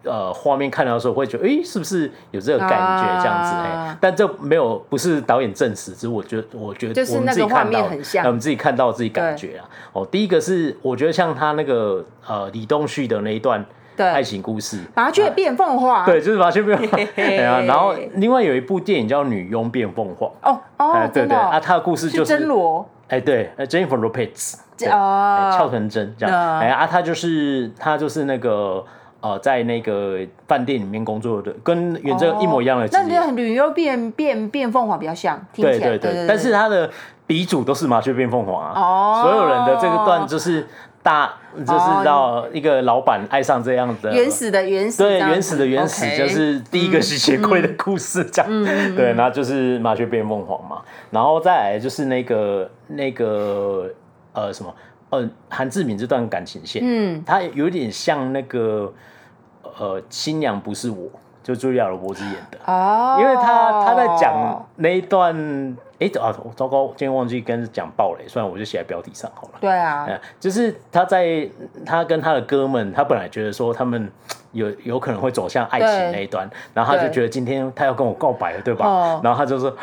呃画面看到的时候会觉得，诶，是不是有这个感觉啊这样子？哎、但这没有不是导演证实，只是我觉得我觉得就是我们自那己个画看到面的，很像呃我们自己看到自己感觉啊。哦，第一个是我觉得像他那个呃李东旭的那一段对爱情故事，麻雀变凤凰。哎对，就是麻雀变凤凰。嘿嘿 对啊，然后另外有一部电影叫《女佣变凤凰》。哦哎，哦，对真的对，啊，哦，她的故事就是是真，罗哎，对呃，Jennifer Lopez，对哎啊翘，臀针这样，那哎啊，她就是她就是那个呃，在那个饭店里面工作的，跟原哦正一模一样的职那业，个旅游变变变凤凰比较像，听对起来对对对，但是她的鼻祖都是麻雀变凤凰啊，哦所有人的这个段就是大，就是到一个老板爱上这样的原始的原始对，这样原始子的原始 OK 嗯就是第一个吸血鬼的故事，这样、对，然后就是麻雀变凤凰嘛，然后再来就是那个那个呃什么呃韩志敏这段感情线，嗯，它有点像那个呃新娘不是我，就茱莉亚·罗伯兹演的，哦，因为他他在讲那一段，哎、啊糟糕，今天忘记跟讲爆雷，虽然我就写在标题上好了。对啊， 哎就是他在他跟他的哥们，他本来觉得说他们有有可能会走向爱情对那一端，然后他就对觉得今天他要跟我告白了，对吧？哦然后他就说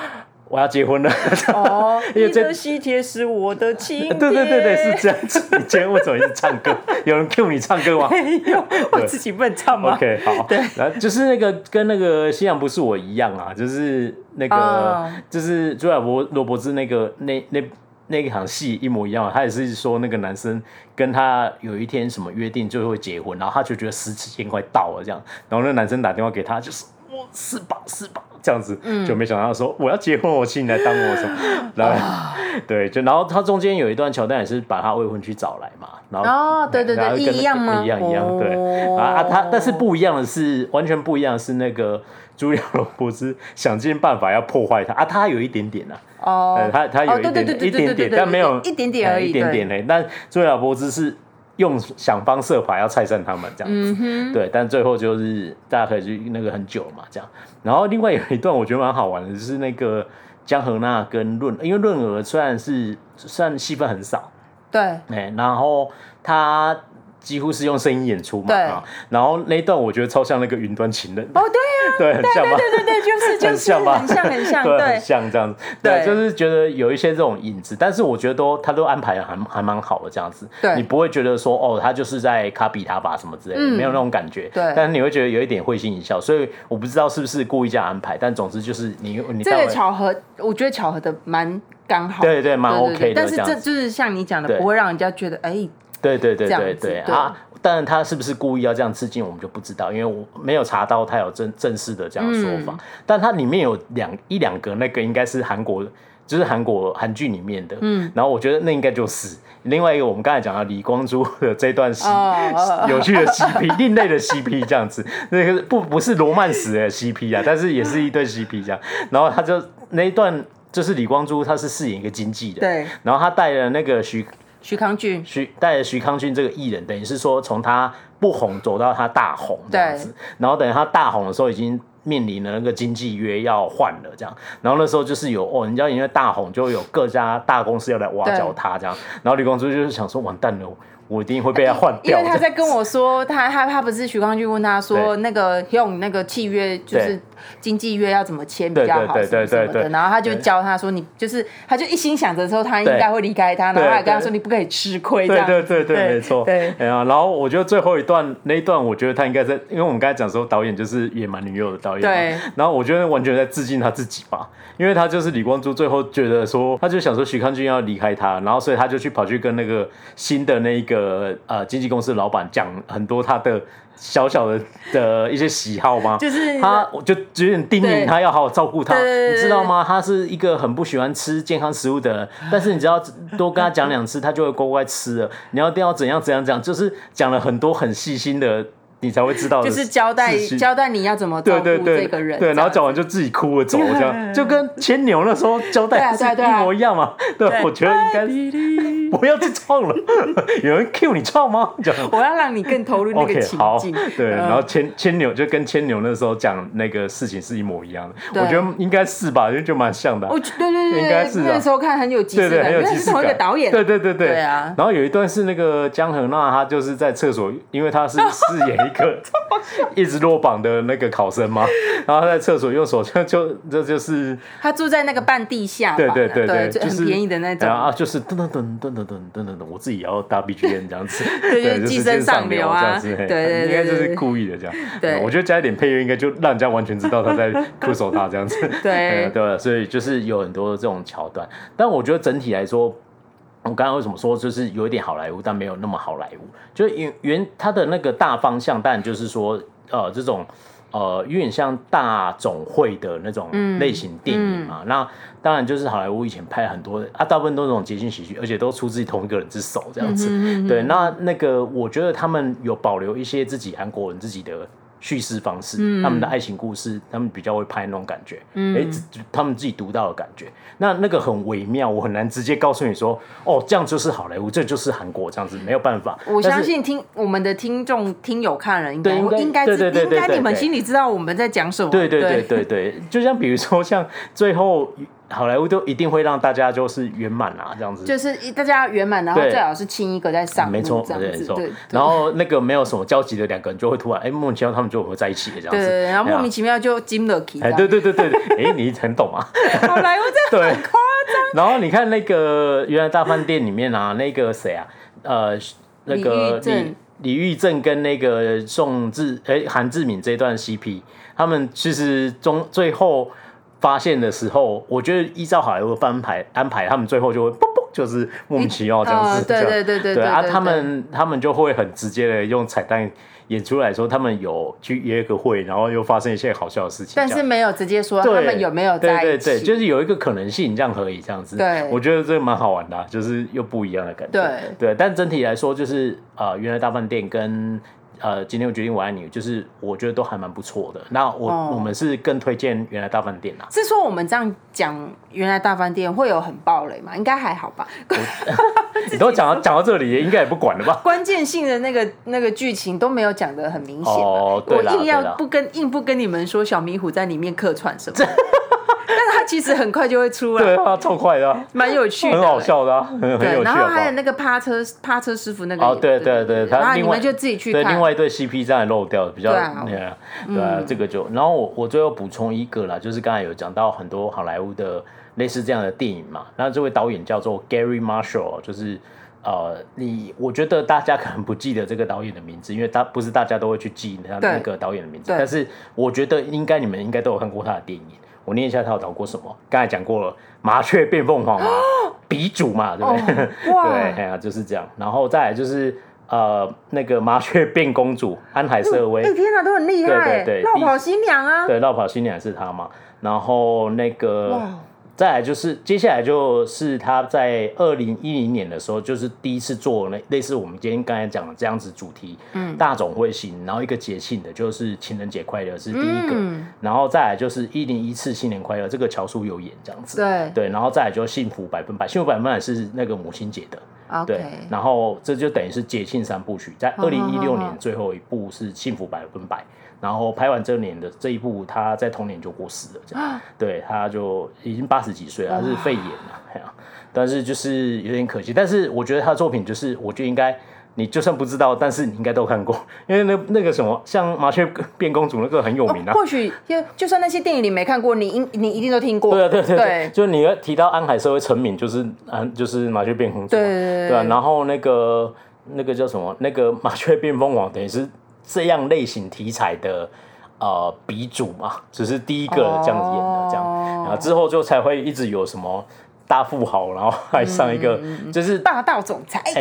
我要结婚了。哦，因为你这的喜帖是我的情 对对对对，帖是这样子。你今天为什么一直唱歌？有人 cue 你唱歌吗？没有， 我自己不能唱吗 OK，好，对， 然后就是那个跟那个新娘不是我一样啊，就是那个、哦就是朱亚伯罗伯兹那个那那那一场戏一模一样啊，他也是说那个男生跟他有一天什么约定就会结婚，然后他就觉得时间快到了这样，然后那个男生打电话给他就是。我是吧是吧，这样子，嗯就没想到说我要结婚，我请你来当我什么，然哦后 对，就然后他中间有一段桥段也是把他未婚妻找来嘛，然后哦，对对然后对，跟一样吗？一样一样，对哦啊啊，他但是不一样的是，完全不一样的是那个茱莉亚·罗伯兹想尽办法要破坏他啊，他有一点点啊，哦呃，他他有哦一对对点对点对一对对点点，对但没有一点点而哎已，一点对点嘞。但茱莉亚·罗伯兹是用想方设法要拆散他们这样嗯子，对，但最后就是大家可以去那个很久嘛这样。然后另外有一段我觉得蛮好玩的，就是那个江河娜跟润，因为润儿虽然是算戏份很少。对哎、然后他几乎是用声音演出嘛，对啊，然后那一段我觉得超像那个云端情人， 哦对对，很像吧。啊，对对对，就是就 很是像吧，很像很像，对，很对像这样子，对，对就是觉得有一些这种影子，但是我觉得都他都安排的还还蛮好的这样子，对你不会觉得说哦，他就是在卡比他吧什么之类的，嗯没有那种感觉，对但是你会觉得有一点会心一笑，所以我不知道是不是故意这样安排，但总之就是你你这到个了巧合，我觉得巧合的蛮刚好，对对蛮 OK 的但是这样这子就是像你讲的对，不会让人家觉得哎，对对对这样对子对对啊！当然，他是不是故意要这样刺激，我们就不知道，因为我没有查到他有正正式的这样的说法。嗯但它里面有两一两个，那个应该是韩国，就是韩国韩剧里面的。嗯，然后我觉得那应该就是另外一个，我们刚才讲到李光洙的这段戏，哦哦哦有趣的 CP，另类的 CP 这样子，那个不不是罗曼史的 CP 啊，但是也是一对 CP 这样。然后他就那一段就是李光洙，他是饰演一个经纪人， 对，然后他带了那个徐徐康俊，徐带着徐康俊这个艺人，等于是说从他不红走到他大红这样子，然后等他大红的时候已经。面临了那个经纪约要换了，这样，然后那时候就是有哦，你知道因为大红就有各家大公司要来挖角他这样，然后李光洙就是想说完蛋了，我一定会被他换因掉为这他样，在跟我说，他他他不是徐光俊问他说对那个用那个契约就是对经济约要怎么签比较好对对对什么什么对对的，然后他就对教他说你就是他就一心想着说他应对该会离开他，然后对他还跟他说对你不可以吃亏，这对样对对对，对没错，对哎呀，然后我觉得最后一段那一段，我觉得他应该在，因为我们刚才讲说导演就是《野蛮女友》的导演嘛，对然后我觉得完全在致敬他自己吧，因为他就是李光洙最后觉得说，他就想说许康俊要离开他，然后所以他就去跑去跟那个新的那一个呃经纪公司的老板讲很多他的小小的的一些喜好吗？就是他我就有点叮咛对他要好好照顾他，对对对你对知道吗？他是一个很不喜欢吃健康食物的人，但是你只要多跟他讲两次，他就会乖乖吃了。你要一定要怎样怎样讲，就是讲了很多很细心的。你才会知道的就事情，是交代交代你要怎么照哦对顾对对这个人，对，然后这讲样完就自己哭了走了，这样就跟牵牛那时候交代对啊是对啊对啊一模一样嘛。对，对哎我觉得应该是子 不要再唱了，有人 cue 你唱吗？这样。 我要让你更投入那个 OK，情好境，，对，嗯然后牵牵牛就跟牵牛那时候讲那个事情是一模一样的，对我觉得应该是吧，就就蛮像的啊。我觉对对对，应该是啊那时候看很有即对视对，感，很因有为他即是视同一个感。导演，对对对对。对啊然后有一段是那个江河娜，她就是在厕所，因 为她是饰演一个一直落榜的那个考生嘛，然后她在厕所用手就就这就是他住在那个半地下吧，对对对对，就就是很便宜的那种然，后啊，就是噔噔噔噔噔噔噔噔噔，我自己也要搭 BGM 这样子， 对对，就是寄真生上上流流啊这样子，对嘿对对应该就对是对故意的这样。 对嗯我觉得加一点配乐应该就让人家完全知道他 在酷手他这样子。对嗯 对了，所以就是有很多这种桥段，但我觉得整体来说。我刚刚为什么说就是有一点好莱坞，但没有那么好莱坞？就是原原它的那个大方向，当然就是说，呃，这种呃有点像大总会的那种嗯类型电影嘛。那当然就是好莱坞以前拍很多的啊，大部分都是那种即兴喜剧，而且都出自于同一个人之手这样嗯子。对，那那个我觉得他们有保留一些自己韩国人自己的。叙事方式，嗯他们的爱情故事，他们比较会拍那种感觉，哎、只他们自己独到的感觉，那那个很微妙，我很难直接告诉你说，哦，这样就是好莱坞，这就是韩国这样子，没有办法。我但是相信听我们的听众听友看了，应该对应该会应该对知对对应该对对你们对心里知道我们在讲什么。对对对对对，就像比如说像最后好莱坞都一定会让大家就是圆满啊这样子，就是一大家圆满，然后对最好是亲一个在上路没错这样没子。错对，。然后那个没有什么交集的两个人就会突然哎莫名其妙他们就会在一起这样对对子，对，然后哎呀莫名其妙就金了 key，哎对对对对，哎你很懂啊。好莱坞这对很夸张，然后你看那个原来大饭店里面啊，那个谁啊，呃，那个李玉正李李玉正跟那个宋志哎韩志敏这一段 CP，他们其实中最后发现的时候，我觉得依照好莱坞的安排安排，他们最后就会啵啵，就是莫名其妙这样嗯子。对这样对对对对对啊，对他们他们就会很直接的用彩蛋演出来说，他们有去约个会，然后又发生一些好笑的事情。但这样是没有直接说他对，们有没有在对一对对，起。就是有一个可能性，这样可以这样子。对我觉得这蛮好玩的啊、就是又不一样的感觉。对对，但整体来说，就是呃，原来大饭店跟呃，今天我决定我爱你，就是我觉得都还蛮不错的。那我、哦我们是更推荐原来大饭店啦、啊是说我们这样讲，原来大饭店会有很暴雷嘛？应该还好吧。你都讲到讲到这里，应该也不管了吧？ 关键性的那个那个剧情都没有讲的很明显嘛、哦对我啦硬对啦要不跟硬不跟你们说小迷糊在里面客串什么， 但是他其实很快就会出来，对啊，超快的、啊，蛮有趣的，很好。笑的、啊，很有趣对，然后好不好还有那个趴车趴车师傅那个也，哦，对对对，他然后你另外们就自己去对看，另外一对 CP 这样漏掉，比较对啊对啊，对啊这个就。然后我我最后补充一个啦，就是刚才有讲到很多好莱坞的类似这样的电影嘛，那这位导演叫做 Gary Marshall，就是。呃，你我觉得大家可能不记得这个导演的名字，因为他不是大家都会去记他对那个导演的名字，对但是我觉得应该你们应该都有看过他的电影。我念一下他有导过什么，刚才讲过了，《麻雀变凤凰》嘛，鼻祖嘛，对不对？ 哦哇对，哎呀，就是这样。然后再来就是呃，那个麻雀变公主，安海瑟薇，哎、天哪，都很厉害对欸，对对绕跑新娘啊，对，绕跑新娘是她嘛。然后那个哇，再来就是接下来就是她在二零一零年的时候，就是第一次做那类似我们今天刚才讲的这样子主题，嗯，大总会行，然后一个节庆的，就是情人节快乐是第一个，嗯然后再来就是一零一次新年快乐，这个乔叔有演这样子，对对，然后再来就幸福百分百，幸福百分百是那个母亲节的，对，OK，，然后这就等于是节庆三部曲，在二好零一六好年最后一部是《幸福百分百》，然后拍完这年的这一部，他在同年就过世了，这样，对，他就已经八十几岁了，他是肺炎了，哎呀但是就是有点可惜，但是我觉得他的作品就是，我觉得应该。你就算不知道，但是你应该都看过，因为那那个什么，像麻雀变公主那个很有名啊，哦或许就就算那些电影你没看过，你应你一定都听过，对啊，对对对就你要提到安海社会成名，就是安就是麻雀变公主嘛，对对对对啊，然后那个那个叫什么？那个 麻雀变凤凰，等于是这样类型题材的呃鼻祖嘛，只是第一个这样子演的这样，哦然后之后就才会一直有什么大富豪，然后还上一嗯个、就是霸道总裁，哎、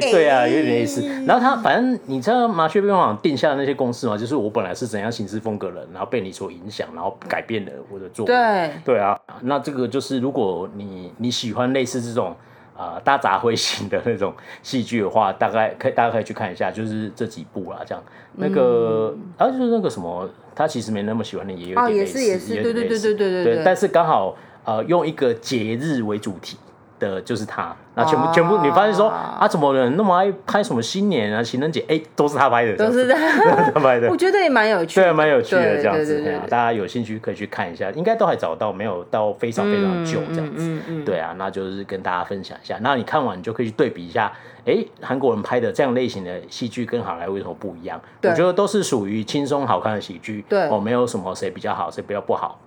对啊，哎有点类似。然后他反正你知道麻雀变网定下的那些公式嘛，就是我本来是怎样行事风格的人，然后被你所影响，然后改变了我的作为。对对啊，那这个就是如果你你喜欢类似这种啊、呃大杂烩型的那种戏剧的话，大概可以大家可以去看一下，就是这几部啦，啊这样。嗯那个、啊，就是那个什么，他其实没那么喜欢的，也有哦点也类是似，也是有对点对类似对对对对对对但是刚好呃用一个节日为主题。的就是他，那全部、哦全部，你发现说啊，怎么人那么爱拍什么新年啊、情人节？哎、都是他拍的，都是这的样， 子他拍的我，觉得也蛮有趣的，对，蛮有趣的对这样对子对，对哎呀对大家有兴趣可以去看一下，应该都还找到，没有到非常非常旧这样子。嗯嗯嗯嗯对啊，那就是跟大家分享一下。那你看完你就可以去对比一下，哎，韩国人拍的这样类型的戏剧跟好莱坞有什么不一样？我对觉得都是属于轻松好看的喜剧，对哦，没有什么谁比较好，谁比较不好，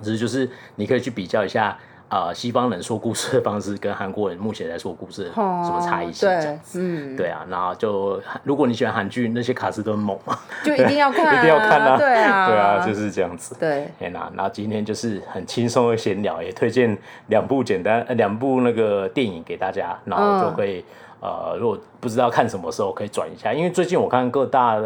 只是就是你可以去比较一下。啊、西方人说故事的方式跟韩国人目前在说故事的什么差异性？这样哦对， 嗯，对啊，然后就如果你喜欢韩剧，那些卡司都很猛嘛，就一定要看、啊，一定要看啊，对啊， 对啊，就是这样子。对天呐、然后今天就是很轻松的闲聊，也推荐两部简单呃两部那个电影给大家，然后嗯就可以、呃，如果不知道看什么时候可以转一下，因为最近我看各大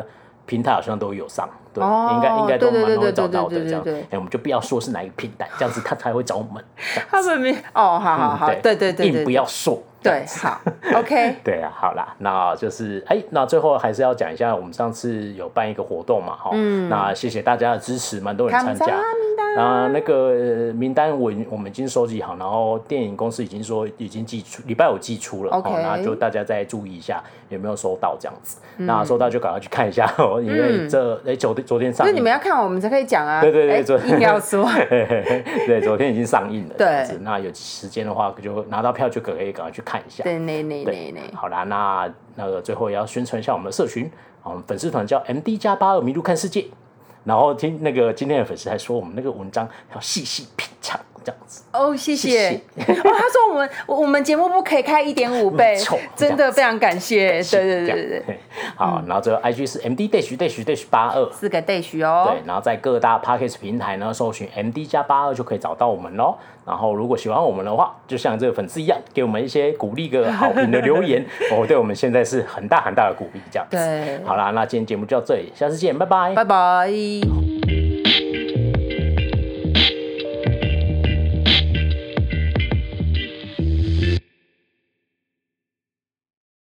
平台好像都有上，对，哦应该应该都对蛮对容易对找对到对的对这样。对对哎、我们就不要说是哪一个平台，这样子他才会找我们。这样他们没哦，好好好，对对对嗯硬对，不要说。这样对，好，OK，对啊，好啦，那就是哎，那最后还是要讲一下，我们上次有办一个活动嘛，哈、那谢谢大家的支持，蛮多人参加嗯感谢。啊那那个呃名单我已我们已经收集好，然后电影公司已经说已经寄出，礼拜五寄出了， OK 哦那就大家再注意一下有没有收到这样子。嗯那收到就赶快去看一下 哦，因为这哎昨天昨天 所上以映，嗯你们要看我们才可以讲啊，对对对哎昨天硬要 说，嘿嘿嘿 对，昨天已经上映了，对这样子。那有时间的话，就拿到票就可以赶快去看一下。对，那那那对那，好啦，那那个最后也要宣传一下我们的社群，我们粉丝团叫 M D 加八二迷路看世界。然后听那个今天的粉丝还说我们那个文章要细细品尝这样子，哦，谢谢，谢 哦，他说我们我我们节目不可以开一点五 倍没错，真这的非常感谢，对对对对这样对，嗯嘿 好，然后最后 I G 是 M D dash dash dash 八二，四个 day 许哦对，，然后在各大 Podcast 平台呢搜寻 M D 加八二就可以找到我们喽。然后如果喜欢我们的话，就像这个粉丝一样，给我们一些鼓励个好评的 留言哦，对我们现在是很大很大的鼓励这样子。对好啦，那今天节目就到这里，下次见，拜拜。拜拜。